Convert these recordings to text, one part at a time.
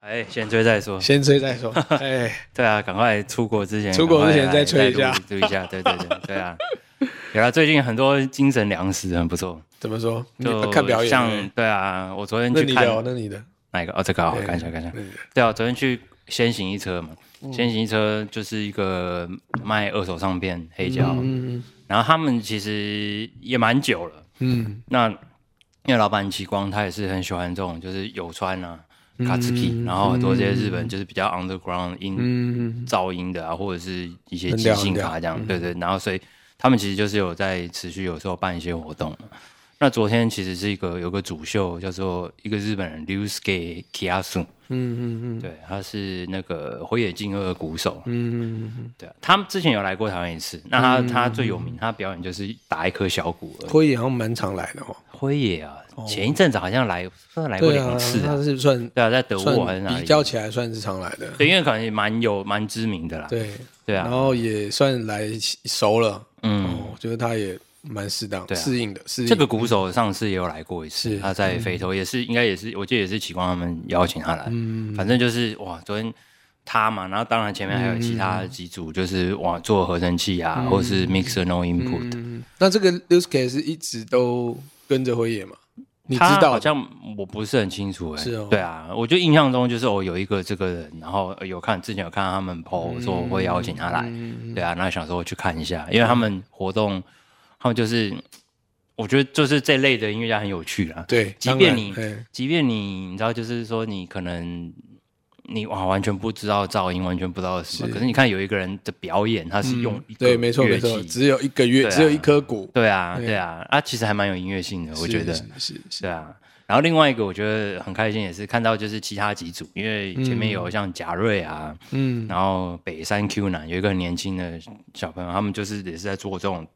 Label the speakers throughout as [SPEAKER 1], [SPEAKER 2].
[SPEAKER 1] 哎，先追再说。
[SPEAKER 2] 先吹再 说。哎，
[SPEAKER 1] 对啊，赶快出国之前，
[SPEAKER 2] 出国之前
[SPEAKER 1] 赶快来
[SPEAKER 2] 再吹一下
[SPEAKER 1] 再录录一下。对对对，对啊。有啊，最近很多精神粮食很不错，
[SPEAKER 2] 怎么说？你
[SPEAKER 1] 就
[SPEAKER 2] 看表演，
[SPEAKER 1] 像对啊，我昨天
[SPEAKER 2] 那
[SPEAKER 1] 去
[SPEAKER 2] 你
[SPEAKER 1] 看
[SPEAKER 2] 的哦，那你的，
[SPEAKER 1] 哪一个？哦，这个好，
[SPEAKER 2] 对
[SPEAKER 1] 看一下看一下
[SPEAKER 2] 那。你的嗯
[SPEAKER 1] 对啊，昨天去先行一车嘛，先行一车就是一个卖二手唱片黑胶，
[SPEAKER 2] 嗯
[SPEAKER 1] 然后他们其实也蛮久了。
[SPEAKER 2] 嗯
[SPEAKER 1] 那因为老板启光他也是很喜欢这种，就是有川啊、卡兹基，然后很多这些日本就是比较 underground 音、
[SPEAKER 2] 嗯
[SPEAKER 1] 噪音的啊，或者是一些
[SPEAKER 2] 很
[SPEAKER 1] 即
[SPEAKER 2] 屌
[SPEAKER 1] 兴
[SPEAKER 2] 很屌嗯
[SPEAKER 1] 卡这样，对对。然后所以他们其实就是有在持续有时候办一些活动。那昨天其实是一个有个主秀叫做一个日本人 Ryusuke Kiyasu，
[SPEAKER 2] 嗯嗯嗯
[SPEAKER 1] 对，他是那个辉野静二的鼓手，
[SPEAKER 2] 嗯嗯，
[SPEAKER 1] 对啊，他们之前有来过台湾一次。那他他最有名，他表演就是打一颗小鼓而已。
[SPEAKER 2] 嗯辉也好像蛮常来的哦。
[SPEAKER 1] 辉野啊，前一阵子好像来，不知道来过
[SPEAKER 2] 对啊
[SPEAKER 1] 两，次啊
[SPEAKER 2] 他，是算
[SPEAKER 1] 对啊，在德国还是
[SPEAKER 2] 算
[SPEAKER 1] 哪
[SPEAKER 2] 比
[SPEAKER 1] 里？
[SPEAKER 2] 较起来算是常来的，
[SPEAKER 1] 对，因为可能也蛮有蛮知名的啦，
[SPEAKER 2] 对，哦
[SPEAKER 1] 对
[SPEAKER 2] 然
[SPEAKER 1] 啊，
[SPEAKER 2] 后也算来熟了。
[SPEAKER 1] 嗯，
[SPEAKER 2] 哦，我觉得他也蛮适当
[SPEAKER 1] 对啊
[SPEAKER 2] 适应的，适应
[SPEAKER 1] 这个鼓手上次也有来过一次，
[SPEAKER 2] 是嗯
[SPEAKER 1] 他在肥头也是，应该也是，我记得也是启光他们邀请他来，
[SPEAKER 2] 嗯
[SPEAKER 1] 反正就是哇，昨天他嘛，然后当然前面还有其他几
[SPEAKER 2] 嗯
[SPEAKER 1] 组，就是哇做合成器啊，或是 mixer no input，
[SPEAKER 2] 嗯，那这个 l u s k 是一直都跟着辉野嘛？你知
[SPEAKER 1] 他
[SPEAKER 2] 道
[SPEAKER 1] 好像我不是很清楚哎、
[SPEAKER 2] 是哦
[SPEAKER 1] 对啊，我就印象中就是我、哦、有一个这个人，然后呃有看之前有看到他们
[SPEAKER 2] 嗯
[SPEAKER 1] PO 说会邀请他来，对啊，那想说我去看一下，因为他们活动，他们就是我觉得就是这类的音乐家很有趣啦，
[SPEAKER 2] 对，
[SPEAKER 1] 即便
[SPEAKER 2] 当然
[SPEAKER 1] 你
[SPEAKER 2] 嘿
[SPEAKER 1] 即便你你知道就是说你可能你哇完全不知道噪音，完全不知道什么，
[SPEAKER 2] 是嗯
[SPEAKER 1] 可是你看有一个人的表演，他是用一个
[SPEAKER 2] 对，没错
[SPEAKER 1] 乐
[SPEAKER 2] 没错，
[SPEAKER 1] 器
[SPEAKER 2] 只有一个月，
[SPEAKER 1] 对啊
[SPEAKER 2] 只有一颗鼓，
[SPEAKER 1] 对啊
[SPEAKER 2] 对
[SPEAKER 1] 对啊，啊其实还蛮有音乐性的，我
[SPEAKER 2] 是
[SPEAKER 1] 觉得。
[SPEAKER 2] 是是是，
[SPEAKER 1] 是啊，然后另外一个我觉得很开心，也是看到就是其他几组，因为前面有像贾瑞啊，
[SPEAKER 2] 嗯，
[SPEAKER 1] 然后北山 Q 男有一个很年轻的小朋友，他们就是也是在做这种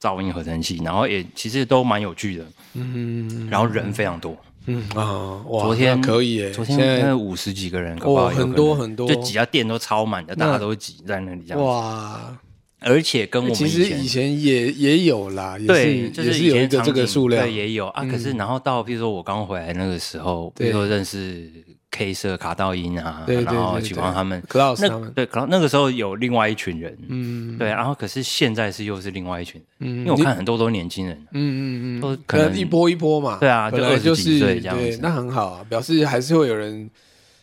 [SPEAKER 1] 噪音合成器，然后也其实都蛮有趣的，嗯，然后人非常多，
[SPEAKER 2] 嗯啊，哇，
[SPEAKER 1] 昨天
[SPEAKER 2] 那可以耶，
[SPEAKER 1] 昨
[SPEAKER 2] 现
[SPEAKER 1] 天
[SPEAKER 2] 在
[SPEAKER 1] 那五十几个人，搞不好有
[SPEAKER 2] 哦
[SPEAKER 1] 可能
[SPEAKER 2] 很多很多
[SPEAKER 1] 就几家店都超满的，大家都挤在那里这样，
[SPEAKER 2] 哇，
[SPEAKER 1] 而且跟我们
[SPEAKER 2] 其实以前也也有啦，也
[SPEAKER 1] 对，
[SPEAKER 2] 是
[SPEAKER 1] 就
[SPEAKER 2] 也
[SPEAKER 1] 以
[SPEAKER 2] 是
[SPEAKER 1] 前
[SPEAKER 2] 有一个
[SPEAKER 1] 场
[SPEAKER 2] 这个
[SPEAKER 1] 景
[SPEAKER 2] 数量嗯
[SPEAKER 1] 对，也有啊。可是然后到，譬如说我刚回来那个时候，比
[SPEAKER 2] 对
[SPEAKER 1] 如说认识 K 社卡道音啊，
[SPEAKER 2] 对对
[SPEAKER 1] 然后
[SPEAKER 2] 对
[SPEAKER 1] 启
[SPEAKER 2] 对
[SPEAKER 1] 光他们，
[SPEAKER 2] ，Klaus
[SPEAKER 1] 那
[SPEAKER 2] 他们，
[SPEAKER 1] 对，然后那个时候有另外一群人，
[SPEAKER 2] 嗯
[SPEAKER 1] 对，然后可是现在是又是另外一群人，
[SPEAKER 2] 嗯，
[SPEAKER 1] 因为我看很多都是年轻人，
[SPEAKER 2] 嗯嗯嗯，
[SPEAKER 1] 都可
[SPEAKER 2] 可能
[SPEAKER 1] 能
[SPEAKER 2] 一波一波嘛。
[SPEAKER 1] 对啊就
[SPEAKER 2] 本来就
[SPEAKER 1] 20几
[SPEAKER 2] 是
[SPEAKER 1] 岁这样子
[SPEAKER 2] 对，那很好啊，表示还是会有人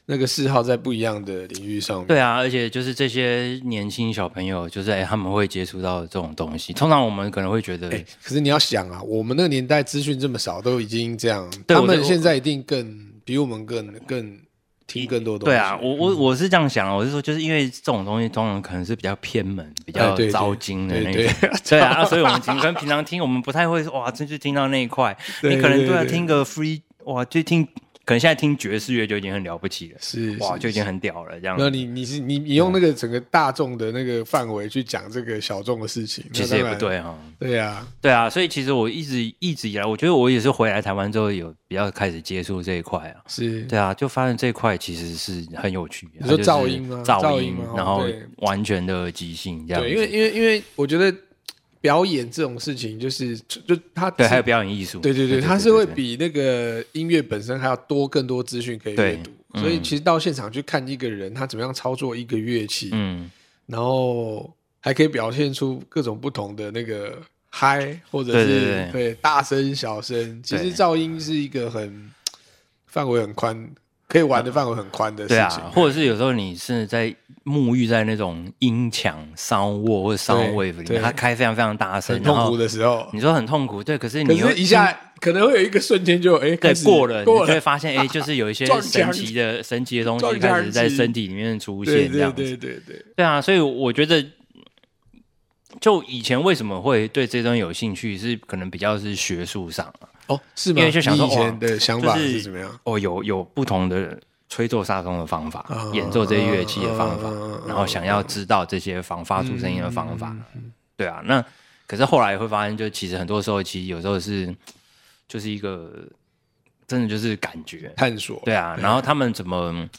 [SPEAKER 2] 那个嗜好在不一样的领域上面。
[SPEAKER 1] 对啊，而且就是这些年轻小朋友，就是哎，他们会接触到这种东西。通常我们可能会觉得，
[SPEAKER 2] 哎，可是你要想啊，我们那个年代资讯这么少，都已经这样，
[SPEAKER 1] 对
[SPEAKER 2] 他
[SPEAKER 1] 我
[SPEAKER 2] 们
[SPEAKER 1] 就
[SPEAKER 2] 现在一定更比我们更更听更多东西。嗯
[SPEAKER 1] 对啊，，我我我是这样想啊，我是说，就是因为这种东西通常可能是比较偏门、比
[SPEAKER 2] 哎
[SPEAKER 1] 较
[SPEAKER 2] 对对
[SPEAKER 1] 糟心的
[SPEAKER 2] 对
[SPEAKER 1] 那种
[SPEAKER 2] 对，
[SPEAKER 1] 对啊，所以我们平跟平常听，我们不太会说哇，真去听到那一块。
[SPEAKER 2] 对
[SPEAKER 1] 你可能
[SPEAKER 2] 对
[SPEAKER 1] 对啊，
[SPEAKER 2] 对
[SPEAKER 1] 听个 free，哇，就听，可能现在听爵士乐就已经很了不起了，
[SPEAKER 2] 是
[SPEAKER 1] 哇，
[SPEAKER 2] 是
[SPEAKER 1] 就已经很屌了这样
[SPEAKER 2] 那。你你是你你用那个整个大众的那个范围去讲这个小众的事情，
[SPEAKER 1] 其
[SPEAKER 2] 那
[SPEAKER 1] 实也
[SPEAKER 2] 当
[SPEAKER 1] 不
[SPEAKER 2] 然。
[SPEAKER 1] 对哈，
[SPEAKER 2] 对啊，
[SPEAKER 1] 对啊，所以其实我一直一直以来，我觉得我也是回来台湾之后有比较开始接触这一块啊。
[SPEAKER 2] 是
[SPEAKER 1] 对啊，就发现这一块其实是很有趣，
[SPEAKER 2] 你
[SPEAKER 1] 它
[SPEAKER 2] 说
[SPEAKER 1] 就是
[SPEAKER 2] 噪音吗
[SPEAKER 1] 噪
[SPEAKER 2] 噪
[SPEAKER 1] 音
[SPEAKER 2] 音吗，哦
[SPEAKER 1] 然后
[SPEAKER 2] 对
[SPEAKER 1] 完全的即兴这样子。
[SPEAKER 2] 对，因为因为因为我觉得表演这种事情，就是就就它
[SPEAKER 1] 对
[SPEAKER 2] 是
[SPEAKER 1] 还有表演艺术，
[SPEAKER 2] 对对对，
[SPEAKER 1] 对
[SPEAKER 2] 它是会比那个音乐本身还要多更多资讯可以阅读
[SPEAKER 1] 对，嗯
[SPEAKER 2] 所以其实到现场去看一个人他怎么样操作一个乐器，
[SPEAKER 1] 嗯，
[SPEAKER 2] 然后还可以表现出各种不同的那个嗨，或者是
[SPEAKER 1] 对对对
[SPEAKER 2] 大声小声。其
[SPEAKER 1] 对
[SPEAKER 2] 实噪音是一个很范围很宽，可以玩的范围很宽的事
[SPEAKER 1] 对
[SPEAKER 2] 情，
[SPEAKER 1] 啊，或者是有时候你是在沐浴在那种音墙、sound wall 或者 sound
[SPEAKER 2] 对
[SPEAKER 1] wave 里
[SPEAKER 2] 对
[SPEAKER 1] 面，它开非常非常大声，
[SPEAKER 2] 很
[SPEAKER 1] 然
[SPEAKER 2] 痛
[SPEAKER 1] 后
[SPEAKER 2] 苦的时候。
[SPEAKER 1] 你说很痛苦，对，可是
[SPEAKER 2] 可
[SPEAKER 1] 你又
[SPEAKER 2] 是，一下可能会有一个瞬间就哎，
[SPEAKER 1] 对
[SPEAKER 2] 开始
[SPEAKER 1] 过了，你就
[SPEAKER 2] 过
[SPEAKER 1] 会
[SPEAKER 2] 了，
[SPEAKER 1] 发现，哎，就是有一些
[SPEAKER 2] 撞
[SPEAKER 1] 神
[SPEAKER 2] 墙
[SPEAKER 1] 奇的、神奇的东西
[SPEAKER 2] 撞
[SPEAKER 1] 开始
[SPEAKER 2] 墙
[SPEAKER 1] 在
[SPEAKER 2] 机
[SPEAKER 1] 身体里面出
[SPEAKER 2] 对
[SPEAKER 1] 现，这
[SPEAKER 2] 对
[SPEAKER 1] 样子。
[SPEAKER 2] 对对对，
[SPEAKER 1] 对啊，所以我觉得，就以前为什么会对这东西有兴趣，是可能比较是学术上啊，
[SPEAKER 2] 哦，是吗？
[SPEAKER 1] 因为就想说
[SPEAKER 2] 你以前的想
[SPEAKER 1] 就
[SPEAKER 2] 法
[SPEAKER 1] 是
[SPEAKER 2] 是怎么样？
[SPEAKER 1] 哦，有有不同的吹奏萨松的方法，
[SPEAKER 2] 啊
[SPEAKER 1] 演奏这些乐器的方法，
[SPEAKER 2] 啊啊啊嗯
[SPEAKER 1] 然后想要知道这些仿发出声音的方法， 对啊，那可是后来会发现，就其实很多时候，其实有时候是就是一个真的就是感觉，
[SPEAKER 2] 探索，
[SPEAKER 1] 对啊，然后他们怎么？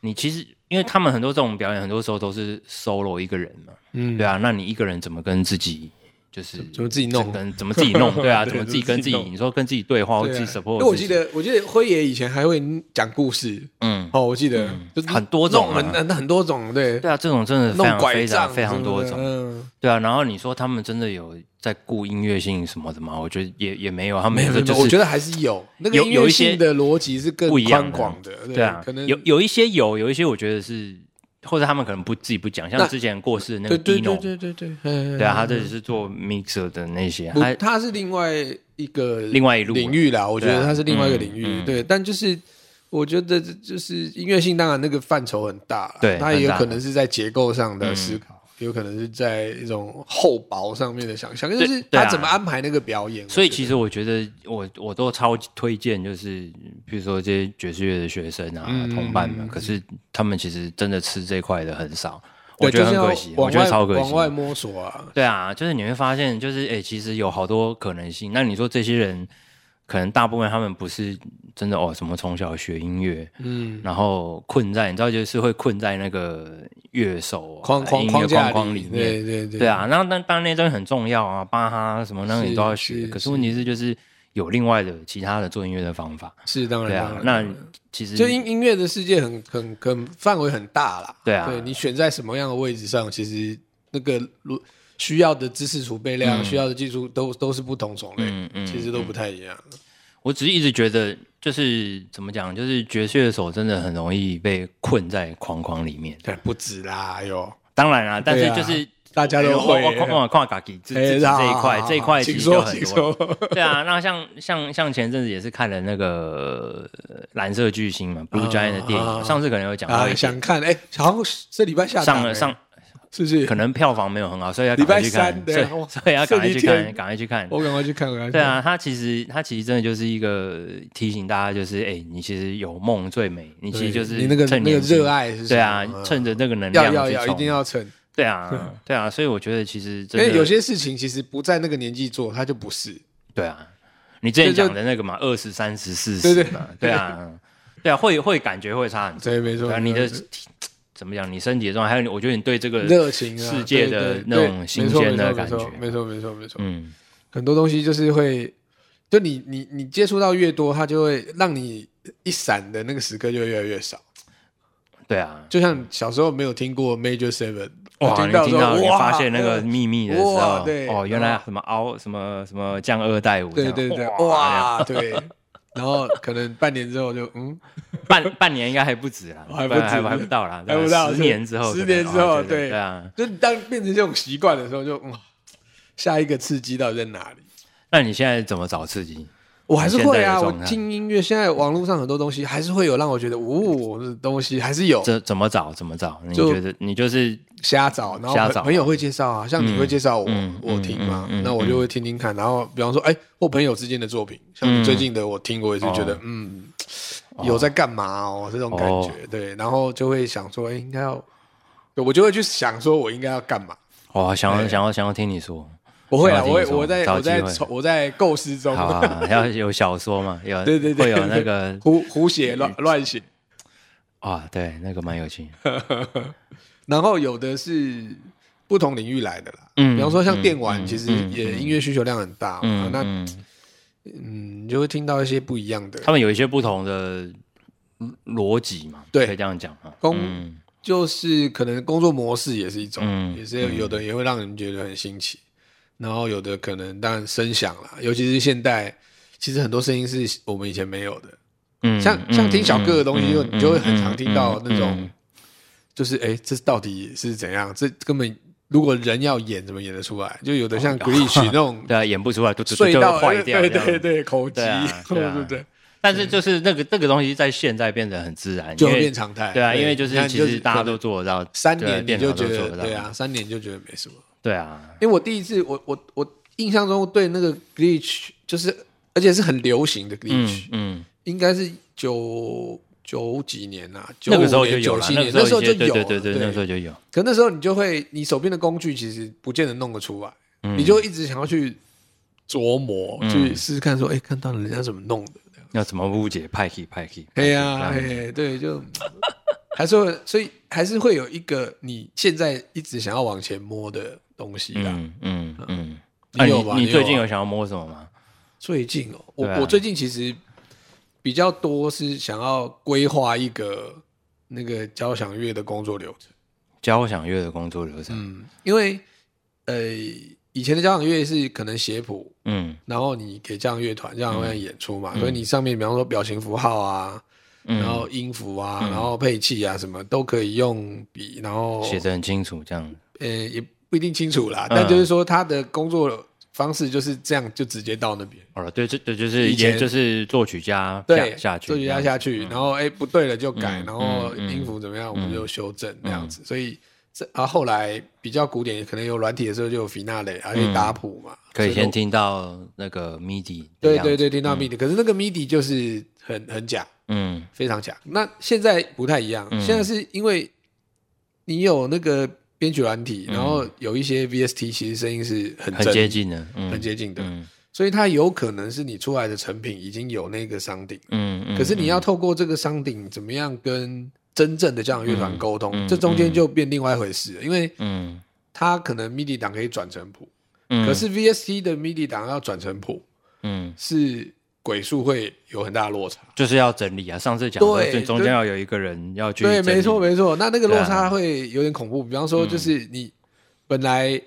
[SPEAKER 1] 你其实，因为他们很多这种表演，很多时候都是 solo 一个人嘛，
[SPEAKER 2] 嗯
[SPEAKER 1] 对啊，那你一个人怎么跟自己就是
[SPEAKER 2] 怎么自己弄
[SPEAKER 1] 怎么怎么自己 弄，对啊，
[SPEAKER 2] 对
[SPEAKER 1] 怎么自己跟自己
[SPEAKER 2] 怎么自己，弄
[SPEAKER 1] 你说跟自己对话，或
[SPEAKER 2] 对
[SPEAKER 1] 自己
[SPEAKER 2] 啊
[SPEAKER 1] support，
[SPEAKER 2] 因为我记
[SPEAKER 1] 自己，
[SPEAKER 2] 得，我记得辉爷以前还会讲故事
[SPEAKER 1] 嗯，
[SPEAKER 2] 哦，我记得
[SPEAKER 1] 嗯
[SPEAKER 2] 就是
[SPEAKER 1] 很多种
[SPEAKER 2] 弄
[SPEAKER 1] 啊
[SPEAKER 2] 很很很多种，对，
[SPEAKER 1] 对啊，这种真的非
[SPEAKER 2] 弄
[SPEAKER 1] 常
[SPEAKER 2] 拐
[SPEAKER 1] 非
[SPEAKER 2] 杖
[SPEAKER 1] 常非常多
[SPEAKER 2] 什
[SPEAKER 1] 种
[SPEAKER 2] 么，的嗯，
[SPEAKER 1] 对啊。然后你说他们真的有在顾音乐性什么的吗？我觉得也也没有，他们
[SPEAKER 2] 没有，
[SPEAKER 1] 有时候
[SPEAKER 2] 没有
[SPEAKER 1] 就
[SPEAKER 2] 我
[SPEAKER 1] 是
[SPEAKER 2] 觉得还是有那个
[SPEAKER 1] 有
[SPEAKER 2] 音
[SPEAKER 1] 有
[SPEAKER 2] 乐
[SPEAKER 1] 一些
[SPEAKER 2] 性的逻辑是更
[SPEAKER 1] 不一样
[SPEAKER 2] 宽
[SPEAKER 1] 的
[SPEAKER 2] 广的，
[SPEAKER 1] 对啊，
[SPEAKER 2] 可能
[SPEAKER 1] 有有一些有，有一些我觉得是，或者他们可能不自己不讲，
[SPEAKER 2] 那
[SPEAKER 1] 像之前过世的那
[SPEAKER 2] 对
[SPEAKER 1] 个
[SPEAKER 2] 对对
[SPEAKER 1] Dino，
[SPEAKER 2] 对对对，对
[SPEAKER 1] 对啊，他这里是做 mixer 的那些，
[SPEAKER 2] 不
[SPEAKER 1] 他，
[SPEAKER 2] 它是另外一个
[SPEAKER 1] 另外一路啊
[SPEAKER 2] 领域啦，我觉
[SPEAKER 1] 对
[SPEAKER 2] 得
[SPEAKER 1] 啊
[SPEAKER 2] 它是另外一个领域，
[SPEAKER 1] 嗯嗯
[SPEAKER 2] 对，但就是。我觉得就是音乐性，当然那个范畴很大啦，
[SPEAKER 1] 对
[SPEAKER 2] 它也
[SPEAKER 1] 很
[SPEAKER 2] 有
[SPEAKER 1] 大嗯
[SPEAKER 2] 可能是在结构上的思考，有可能是在一种厚薄上面的想象，就
[SPEAKER 1] 对
[SPEAKER 2] 是
[SPEAKER 1] 对
[SPEAKER 2] 他
[SPEAKER 1] 啊
[SPEAKER 2] 怎么安排那个表演。
[SPEAKER 1] 所以
[SPEAKER 2] 我觉得
[SPEAKER 1] 其实我觉得我我都超推荐，就是比如说这些爵士乐的学生啊、
[SPEAKER 2] 嗯
[SPEAKER 1] 同伴们，
[SPEAKER 2] 嗯
[SPEAKER 1] 可是他们其实真的吃这块的很少，
[SPEAKER 2] 对
[SPEAKER 1] 我觉得
[SPEAKER 2] 就是
[SPEAKER 1] 很
[SPEAKER 2] 要
[SPEAKER 1] 可惜，
[SPEAKER 2] 往
[SPEAKER 1] 我觉得
[SPEAKER 2] 外
[SPEAKER 1] 超可
[SPEAKER 2] 往外
[SPEAKER 1] 惜。
[SPEAKER 2] 摸索啊，
[SPEAKER 1] 对啊，就是你会发现，就是哎、诶其实有好多可能性。那你说这些人，可能大部分他们不是真的哦，什么从小学音乐，
[SPEAKER 2] 嗯，
[SPEAKER 1] 然后困在，你知道，就是会困在那个乐手啊
[SPEAKER 2] 框框
[SPEAKER 1] 音乐
[SPEAKER 2] 框架
[SPEAKER 1] 框框里面。
[SPEAKER 2] 对对对
[SPEAKER 1] 对，啊，那那当然那东西很重要啊，巴哈什么那个
[SPEAKER 2] 是
[SPEAKER 1] 你都要
[SPEAKER 2] 是
[SPEAKER 1] 学。可是问题是，就是有另外的其他的做音乐的方法。
[SPEAKER 2] 是当然。
[SPEAKER 1] 对
[SPEAKER 2] 当
[SPEAKER 1] 啊，
[SPEAKER 2] 然
[SPEAKER 1] 那其实
[SPEAKER 2] 就音音乐的世界很很很范围很大啦。
[SPEAKER 1] 对啊
[SPEAKER 2] 对你选在什么样的位置上，其实那个如需要的知识储备量、需要的技术都都是不同种类，
[SPEAKER 1] 嗯嗯
[SPEAKER 2] 其实都不太一样。
[SPEAKER 1] 我只是一直觉得，就是怎么讲，就是爵士乐手真的很容易被困在框框里面。
[SPEAKER 2] 对，不止啦，哟，
[SPEAKER 1] 当然啦，但是
[SPEAKER 2] 对啊
[SPEAKER 1] 就是。哎
[SPEAKER 2] 大家都会。哎
[SPEAKER 1] 我我我跨嘎吉自自己
[SPEAKER 2] 好
[SPEAKER 1] 这一块
[SPEAKER 2] 好，
[SPEAKER 1] 这一块其
[SPEAKER 2] 请
[SPEAKER 1] 实就
[SPEAKER 2] 说，
[SPEAKER 1] 很
[SPEAKER 2] 请
[SPEAKER 1] 多。
[SPEAKER 2] 说。
[SPEAKER 1] 对啊，那像像像前阵子也是看了那个呃蓝色巨星嘛，Blue Giant 的电影，
[SPEAKER 2] 啊
[SPEAKER 1] 上次可能有讲到
[SPEAKER 2] 啊，
[SPEAKER 1] 一点，
[SPEAKER 2] 想看哎，好像这礼拜下档
[SPEAKER 1] 上了
[SPEAKER 2] 哎
[SPEAKER 1] 上
[SPEAKER 2] 是不是？
[SPEAKER 1] 可能票房没有很好，所以要
[SPEAKER 2] 礼
[SPEAKER 1] 赶
[SPEAKER 2] 拜
[SPEAKER 1] 快去看
[SPEAKER 2] 三，
[SPEAKER 1] 所
[SPEAKER 2] 对啊
[SPEAKER 1] 以
[SPEAKER 2] 哇
[SPEAKER 1] 所以要赶快去
[SPEAKER 2] 剩一
[SPEAKER 1] 看，
[SPEAKER 2] 天
[SPEAKER 1] 赶快去看。
[SPEAKER 2] 我赶快去看，赶快去看
[SPEAKER 1] 对，啊，它其实它其实真的就是一个提醒大家，就是哎、你其实有梦最美，你其
[SPEAKER 2] 对
[SPEAKER 1] 实就是
[SPEAKER 2] 你那个
[SPEAKER 1] 趁
[SPEAKER 2] 那个
[SPEAKER 1] 年轻
[SPEAKER 2] 热，爱是什么
[SPEAKER 1] 对啊
[SPEAKER 2] 嗯，
[SPEAKER 1] 趁着那个能量
[SPEAKER 2] 要要
[SPEAKER 1] 去
[SPEAKER 2] 要，一
[SPEAKER 1] 冲
[SPEAKER 2] 定，要趁。
[SPEAKER 1] 对 啊，对啊，所以我觉得其实
[SPEAKER 2] 因
[SPEAKER 1] 真
[SPEAKER 2] 为
[SPEAKER 1] 的
[SPEAKER 2] 有些事情其实不在那个年纪做，它就不是。
[SPEAKER 1] 对啊，你之前
[SPEAKER 2] 就
[SPEAKER 1] 讲的那个嘛，二十三十四
[SPEAKER 2] 对
[SPEAKER 1] 十
[SPEAKER 2] 对
[SPEAKER 1] 嘛，对啊，对啊，会会感觉会差很多。
[SPEAKER 2] 对，没错
[SPEAKER 1] 对啊，。你
[SPEAKER 2] 没
[SPEAKER 1] 的
[SPEAKER 2] 错
[SPEAKER 1] 怎么讲？你身体的状态，还有你，我觉得你对这个
[SPEAKER 2] 热情啊，
[SPEAKER 1] 世界的
[SPEAKER 2] 对对
[SPEAKER 1] 那
[SPEAKER 2] 对
[SPEAKER 1] 种
[SPEAKER 2] 没
[SPEAKER 1] 新
[SPEAKER 2] 错
[SPEAKER 1] 鲜
[SPEAKER 2] 没
[SPEAKER 1] 的
[SPEAKER 2] 错
[SPEAKER 1] 感觉
[SPEAKER 2] 没错没错没错，
[SPEAKER 1] 嗯，
[SPEAKER 2] 很多东西就是会，就你你你接触到越多，它就会让你一闪的那个时刻就会越来越少。
[SPEAKER 1] 对啊，
[SPEAKER 2] 就像小时候没有听过 Major Seven，
[SPEAKER 1] 哇，你
[SPEAKER 2] 到
[SPEAKER 1] 听
[SPEAKER 2] 之后
[SPEAKER 1] 到你
[SPEAKER 2] 哇
[SPEAKER 1] 发现那个
[SPEAKER 2] 呃
[SPEAKER 1] 秘密的时候
[SPEAKER 2] 哇对，
[SPEAKER 1] 哦，原来什么凹什么什么降二代五这
[SPEAKER 2] 对
[SPEAKER 1] 样，
[SPEAKER 2] 对对，
[SPEAKER 1] 哇，
[SPEAKER 2] 哇，对。然后可能半年之后就嗯，
[SPEAKER 1] 半半年应该还不止啦，
[SPEAKER 2] 还不止
[SPEAKER 1] 还还不到啦，
[SPEAKER 2] 还不到
[SPEAKER 1] 十年之后可
[SPEAKER 2] 十
[SPEAKER 1] 能，
[SPEAKER 2] 年之
[SPEAKER 1] 哦
[SPEAKER 2] 后，
[SPEAKER 1] 觉得
[SPEAKER 2] 对
[SPEAKER 1] 对啊。
[SPEAKER 2] 就当变成这种习惯的时候，就嗯，下一个刺激到底在哪里？
[SPEAKER 1] 那你现在怎么找刺激？
[SPEAKER 2] 我还是会啊，
[SPEAKER 1] 现在的
[SPEAKER 2] 我
[SPEAKER 1] 状态
[SPEAKER 2] 听音乐，现在网络上很多东西还是会有让我觉得哦，这东西还是有，
[SPEAKER 1] 这怎么找？怎么找？你
[SPEAKER 2] 就
[SPEAKER 1] 觉得你就是
[SPEAKER 2] 瞎找，然后
[SPEAKER 1] 瞎
[SPEAKER 2] 朋
[SPEAKER 1] 找
[SPEAKER 2] 朋友会介绍啊，像你会介绍我，
[SPEAKER 1] 嗯嗯
[SPEAKER 2] 我听嘛，
[SPEAKER 1] 嗯嗯嗯
[SPEAKER 2] 那我就会听听看。然后比方说，哎，或朋友之间的作品，像你最近的我听过一次，觉
[SPEAKER 1] 哦
[SPEAKER 2] 得嗯，有在干嘛哦，这种感觉，对，然后就会想说，哎，应该要，对我就会去想说我应该要干嘛。
[SPEAKER 1] 哇，哦想要
[SPEAKER 2] 对
[SPEAKER 1] 想要想要听你说，
[SPEAKER 2] 我会啊，
[SPEAKER 1] 想
[SPEAKER 2] 我
[SPEAKER 1] 要
[SPEAKER 2] 会，
[SPEAKER 1] 听你说
[SPEAKER 2] 我在
[SPEAKER 1] 找
[SPEAKER 2] 我在
[SPEAKER 1] 机会
[SPEAKER 2] 从我在构思中，
[SPEAKER 1] 好啊，要有小说嘛，有
[SPEAKER 2] 对对对，
[SPEAKER 1] 会有那个 嗯
[SPEAKER 2] 胡胡写乱乱写，
[SPEAKER 1] 啊，对，那个蛮有 趣。
[SPEAKER 2] 然后有的是不同领域来的啦，
[SPEAKER 1] 嗯
[SPEAKER 2] 比方说像电玩，
[SPEAKER 1] 嗯
[SPEAKER 2] 其实
[SPEAKER 1] 嗯
[SPEAKER 2] 也音乐需求量很大嘛
[SPEAKER 1] 嗯，，
[SPEAKER 2] 那
[SPEAKER 1] 嗯
[SPEAKER 2] 嗯，你就会听到一些不一样的，
[SPEAKER 1] 他们有一些不同的嗯逻辑嘛，
[SPEAKER 2] 对
[SPEAKER 1] 可以这样讲嘛。
[SPEAKER 2] 工
[SPEAKER 1] 嗯
[SPEAKER 2] 就是可能工作模式也是一种，
[SPEAKER 1] 嗯
[SPEAKER 2] 也是有的也会让人觉得很新奇，然后有的可能当然声响啦，尤其是现代，其实很多声音是我们以前没有的，
[SPEAKER 1] 嗯
[SPEAKER 2] 像像听小歌的东西，就你就会很常听到那。
[SPEAKER 1] 嗯嗯嗯嗯嗯嗯嗯
[SPEAKER 2] 种
[SPEAKER 1] 嗯，
[SPEAKER 2] 就是哎，诶这到底是怎样？这根本如果人要演，怎么演得出来？就有的像 Glitch 那种
[SPEAKER 1] 对啊，演不出 Oh 来，就就
[SPEAKER 2] 隧
[SPEAKER 1] 就
[SPEAKER 2] 道
[SPEAKER 1] 坏掉。
[SPEAKER 2] 对
[SPEAKER 1] 这样
[SPEAKER 2] 对。对，口技，
[SPEAKER 1] 对 啊
[SPEAKER 2] 对
[SPEAKER 1] 对啊
[SPEAKER 2] 对，
[SPEAKER 1] 但是就是那个那个东西在现在变得很自然，
[SPEAKER 2] 就
[SPEAKER 1] 因
[SPEAKER 2] 会
[SPEAKER 1] 为
[SPEAKER 2] 变常态。
[SPEAKER 1] 对啊，因为就
[SPEAKER 2] 你
[SPEAKER 1] 是
[SPEAKER 2] 看
[SPEAKER 1] 其实大家
[SPEAKER 2] 可
[SPEAKER 1] 都
[SPEAKER 2] 能
[SPEAKER 1] 做得到，
[SPEAKER 2] 三
[SPEAKER 1] 对
[SPEAKER 2] 年你
[SPEAKER 1] 电
[SPEAKER 2] 就
[SPEAKER 1] 脑
[SPEAKER 2] 觉
[SPEAKER 1] 都做
[SPEAKER 2] 得
[SPEAKER 1] 得到，
[SPEAKER 2] 对啊，三年就觉得没什么。
[SPEAKER 1] 对啊，
[SPEAKER 2] 因为我第一次，我我我印象中对那个 glitch 就是，而且是很流行的 glitch，
[SPEAKER 1] 嗯嗯，
[SPEAKER 2] 应该是九九几年啊，九
[SPEAKER 1] 那
[SPEAKER 2] 五
[SPEAKER 1] 个时候就
[SPEAKER 2] 年、
[SPEAKER 1] 有
[SPEAKER 2] 九
[SPEAKER 1] 了
[SPEAKER 2] 七，
[SPEAKER 1] 那
[SPEAKER 2] 年
[SPEAKER 1] 个时候
[SPEAKER 2] 时候就
[SPEAKER 1] 一些对
[SPEAKER 2] 有了，
[SPEAKER 1] 对对对，那个时候就有，
[SPEAKER 2] 可那时候你就会，你手边的工具其实不见得弄得出来，
[SPEAKER 1] 嗯
[SPEAKER 2] 你就一直想要去琢磨，去试试看，说，哎，看到底人家怎么弄的。
[SPEAKER 1] 要怎么误解派系派系？
[SPEAKER 2] 对
[SPEAKER 1] 呀、
[SPEAKER 2] 呀，嘿，对，就还是会，所以还是会有一个你现在一直想要往前摸的东西啦。
[SPEAKER 1] 嗯嗯嗯，啊
[SPEAKER 2] 啊有吧？
[SPEAKER 1] 你
[SPEAKER 2] 有
[SPEAKER 1] 最近
[SPEAKER 2] 吧
[SPEAKER 1] 有想要摸什么吗？
[SPEAKER 2] 最近哦，我、
[SPEAKER 1] 对啊
[SPEAKER 2] 我最近其实比较多是想要规划一个那个交响乐的工作流程，
[SPEAKER 1] 交响乐的工作流程，
[SPEAKER 2] 嗯，因为呃以前的交响乐是可能写谱，
[SPEAKER 1] 嗯
[SPEAKER 2] 然后你给交响乐团交响乐团演出嘛，所以你上面比方说表情符号啊，
[SPEAKER 1] 嗯，
[SPEAKER 2] 然后音符啊，然后配器啊什么都可以用笔，然后
[SPEAKER 1] 写的很清楚，这样
[SPEAKER 2] 呃也不一定清楚啦，
[SPEAKER 1] 嗯
[SPEAKER 2] 但就是说他的工作方式就是这样，就直接到那边。
[SPEAKER 1] 好了，对，这对就是
[SPEAKER 2] 以前
[SPEAKER 1] 也就是作曲家
[SPEAKER 2] 对
[SPEAKER 1] 下下去，
[SPEAKER 2] 作曲
[SPEAKER 1] 这
[SPEAKER 2] 家
[SPEAKER 1] 样
[SPEAKER 2] 下去，然后哎不对了就改，
[SPEAKER 1] 嗯
[SPEAKER 2] 然后
[SPEAKER 1] 嗯嗯嗯
[SPEAKER 2] 音符怎么样我们就修正那样子，所以这啊后来比较古典，可能有软体的时候就有 finale，还可以打谱嘛，
[SPEAKER 1] 嗯可以
[SPEAKER 2] 所
[SPEAKER 1] 先听到那个 MIDI，的
[SPEAKER 2] 对
[SPEAKER 1] 样子
[SPEAKER 2] 对，对听到 midi，可是那个 midi 就是很很假，
[SPEAKER 1] 嗯
[SPEAKER 2] 非常假。那现在不太一样，现在是因为你有那个编曲软体，然后有一些 VST，其实声音是很
[SPEAKER 1] 嗯很
[SPEAKER 2] 真
[SPEAKER 1] 接近的，嗯
[SPEAKER 2] 很接近的，
[SPEAKER 1] 嗯
[SPEAKER 2] 所以它有可能是你出来的成品已经有那个商定。
[SPEAKER 1] 嗯嗯，
[SPEAKER 2] 可是你要透过这个商顶，怎么样跟真正的交响乐团沟通？
[SPEAKER 1] 嗯嗯
[SPEAKER 2] 这中间就变另外一回事了，因为
[SPEAKER 1] 嗯，
[SPEAKER 2] 它可能 MIDI 档可以转成谱，
[SPEAKER 1] 嗯
[SPEAKER 2] 可是 VST 的 MIDI 档要转成谱
[SPEAKER 1] 嗯，
[SPEAKER 2] 是轨数会有很大的落差。
[SPEAKER 1] 就是要整理啊，上次讲说
[SPEAKER 2] 对
[SPEAKER 1] 这中
[SPEAKER 2] 对
[SPEAKER 1] 间要有一个人要去整
[SPEAKER 2] 对，
[SPEAKER 1] 理
[SPEAKER 2] 没错没错，那那个落
[SPEAKER 1] 对啊
[SPEAKER 2] 差会有点恐怖。比方说，就是
[SPEAKER 1] 嗯
[SPEAKER 2] 你本来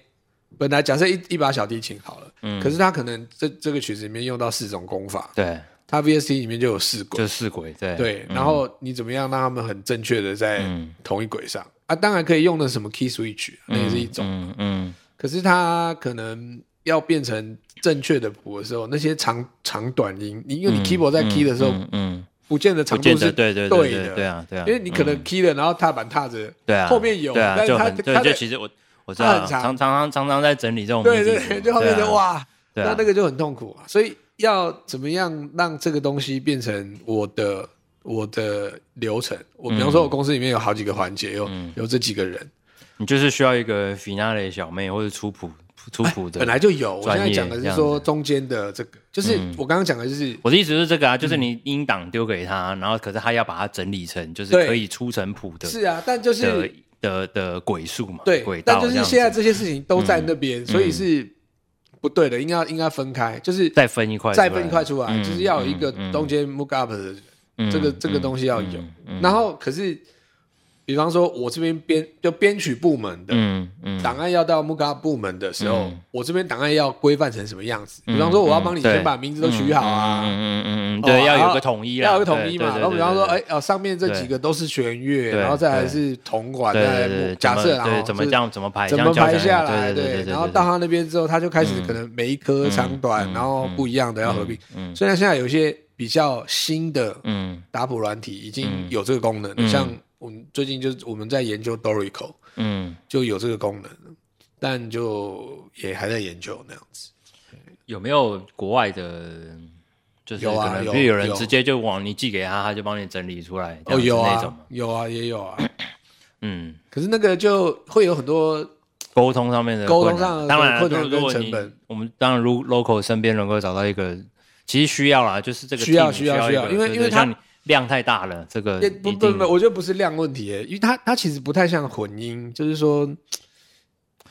[SPEAKER 2] 本来假设一一把小提琴好了，
[SPEAKER 1] 嗯
[SPEAKER 2] 可是它可能这这个曲子里面用到四种弓法，
[SPEAKER 1] 对，
[SPEAKER 2] 它 VST 里面就有四轨
[SPEAKER 1] 就，是四轨，对
[SPEAKER 2] 对，
[SPEAKER 1] 嗯
[SPEAKER 2] 然后你怎么样让他们很正确的在
[SPEAKER 1] 嗯
[SPEAKER 2] 同一轨上、啊？当然可以用的什么 key switch，那啊也是一种。
[SPEAKER 1] 嗯嗯
[SPEAKER 2] 可是它可能要变成正确的谱的时候，那些长长短音，你因为你
[SPEAKER 1] 嗯
[SPEAKER 2] keyboard 在 key 的时候，
[SPEAKER 1] 嗯嗯嗯，
[SPEAKER 2] 不见得
[SPEAKER 1] 不
[SPEAKER 2] 长度
[SPEAKER 1] 见得
[SPEAKER 2] 是
[SPEAKER 1] 对对
[SPEAKER 2] 对
[SPEAKER 1] 对
[SPEAKER 2] 的，
[SPEAKER 1] 对啊对啊，
[SPEAKER 2] 因为你可能 key 了，然后踏板踏着，
[SPEAKER 1] 对啊，
[SPEAKER 2] 后面有
[SPEAKER 1] 对啊，
[SPEAKER 2] 但是
[SPEAKER 1] 就
[SPEAKER 2] 它
[SPEAKER 1] 很对
[SPEAKER 2] 它，的
[SPEAKER 1] 就其实我我知道
[SPEAKER 2] 它很
[SPEAKER 1] 啊，
[SPEAKER 2] 长
[SPEAKER 1] 常常常常常在整理这种
[SPEAKER 2] 对
[SPEAKER 1] MIDI
[SPEAKER 2] 对
[SPEAKER 1] 的
[SPEAKER 2] 对，就后面
[SPEAKER 1] 对
[SPEAKER 2] 的
[SPEAKER 1] 啊，
[SPEAKER 2] 哇，
[SPEAKER 1] 对
[SPEAKER 2] 那
[SPEAKER 1] 啊
[SPEAKER 2] 那个就很痛苦啊。所以要怎么样让这个东西变成我的我的流程？我比
[SPEAKER 1] 嗯
[SPEAKER 2] 方说，我公司里面有好几个环节，有、有这几个人，
[SPEAKER 1] 你就是需要一个 finale 小妹或者出谱出谱的
[SPEAKER 2] 哎本。来就有。我现
[SPEAKER 1] 专业
[SPEAKER 2] 在讲的是说中间的这个，就是
[SPEAKER 1] 嗯
[SPEAKER 2] 我刚刚讲的就是。
[SPEAKER 1] 我的意思是这个啊，就是你音档丢给他，然后可是他要把它整理成就是
[SPEAKER 2] 嗯对
[SPEAKER 1] 可以出成谱的
[SPEAKER 2] 是啊，但就是
[SPEAKER 1] 的的的轨数嘛，轨
[SPEAKER 2] 对，
[SPEAKER 1] 道
[SPEAKER 2] 但
[SPEAKER 1] 这
[SPEAKER 2] 就
[SPEAKER 1] 样
[SPEAKER 2] 是
[SPEAKER 1] 子嗯
[SPEAKER 2] 现在这些事情都在那边，所以是不对的，应该应该分开，就是
[SPEAKER 1] 再分一块出来，
[SPEAKER 2] 再分一块出来，
[SPEAKER 1] 嗯
[SPEAKER 2] 就是要有一个
[SPEAKER 1] 嗯嗯
[SPEAKER 2] 中间 m o o k up 的
[SPEAKER 1] 嗯
[SPEAKER 2] 这个这个东西要有
[SPEAKER 1] 嗯嗯。
[SPEAKER 2] 然后可是，比方说我这边编就编曲部门的
[SPEAKER 1] 嗯嗯，
[SPEAKER 2] 档案要到 m o o k up 部门的时候
[SPEAKER 1] 嗯，
[SPEAKER 2] 我这边档案要规范成什么样子？比方说我要帮你
[SPEAKER 1] 对
[SPEAKER 2] 先把名字都取好啊，
[SPEAKER 1] 嗯嗯嗯嗯，
[SPEAKER 2] 哦
[SPEAKER 1] 对，
[SPEAKER 2] 然
[SPEAKER 1] 要有
[SPEAKER 2] 后
[SPEAKER 1] 个统一啦，
[SPEAKER 2] 要有个统一嘛。
[SPEAKER 1] 对
[SPEAKER 2] 然后比方说，，
[SPEAKER 1] 对对对对
[SPEAKER 2] 哎，哦，上面这几个都是弦乐，
[SPEAKER 1] 对
[SPEAKER 2] 然后再来是铜管，
[SPEAKER 1] 对
[SPEAKER 2] 再
[SPEAKER 1] 对
[SPEAKER 2] 来
[SPEAKER 1] 对
[SPEAKER 2] 木
[SPEAKER 1] 对，
[SPEAKER 2] 假设
[SPEAKER 1] 怎么
[SPEAKER 2] 然
[SPEAKER 1] 对
[SPEAKER 2] 后
[SPEAKER 1] 怎么这样怎么排，
[SPEAKER 2] 怎
[SPEAKER 1] 这
[SPEAKER 2] 么
[SPEAKER 1] 样教
[SPEAKER 2] 排
[SPEAKER 1] 起
[SPEAKER 2] 下来，
[SPEAKER 1] 对对
[SPEAKER 2] 然后到他那边之后，他就开始
[SPEAKER 1] 嗯
[SPEAKER 2] 可能每一颗长短，
[SPEAKER 1] 嗯
[SPEAKER 2] 然后不一样的要合并。
[SPEAKER 1] 嗯
[SPEAKER 2] 虽然现在有一些比较新的
[SPEAKER 1] 嗯
[SPEAKER 2] 打谱软体已经
[SPEAKER 1] 嗯
[SPEAKER 2] 有这个功能，
[SPEAKER 1] 嗯
[SPEAKER 2] 像我们最近就是我们在研究 Dorico
[SPEAKER 1] 嗯，
[SPEAKER 2] 就有这个功能，但就也还在研究那样子。
[SPEAKER 1] 有没有国外的？就是
[SPEAKER 2] 有
[SPEAKER 1] 可
[SPEAKER 2] 啊
[SPEAKER 1] 能，
[SPEAKER 2] 有
[SPEAKER 1] 比如有人
[SPEAKER 2] 有
[SPEAKER 1] 直接就往你寄给他，他就帮你整理出来，这样
[SPEAKER 2] 哦，
[SPEAKER 1] 子
[SPEAKER 2] 有
[SPEAKER 1] 那种
[SPEAKER 2] 啊
[SPEAKER 1] 嘛，
[SPEAKER 2] 有啊，也有啊。
[SPEAKER 1] 嗯，
[SPEAKER 2] 可是那个就会有很多
[SPEAKER 1] 沟通上面的
[SPEAKER 2] 沟通
[SPEAKER 1] 困难
[SPEAKER 2] 上的
[SPEAKER 1] 当然啊
[SPEAKER 2] 困难
[SPEAKER 1] 如如果
[SPEAKER 2] 跟
[SPEAKER 1] 你
[SPEAKER 2] 成本
[SPEAKER 1] 我们当然如 local 身边能够找到一个，其实需要啦，就是这个
[SPEAKER 2] 需要
[SPEAKER 1] team
[SPEAKER 2] 需要
[SPEAKER 1] 一个
[SPEAKER 2] 需要因为
[SPEAKER 1] 对对
[SPEAKER 2] 因为它
[SPEAKER 1] 像你量太大了，这个
[SPEAKER 2] 也不
[SPEAKER 1] 一
[SPEAKER 2] 不
[SPEAKER 1] 定
[SPEAKER 2] 不，我觉得不是量问题耶，因为它它其实不太像混音，就是说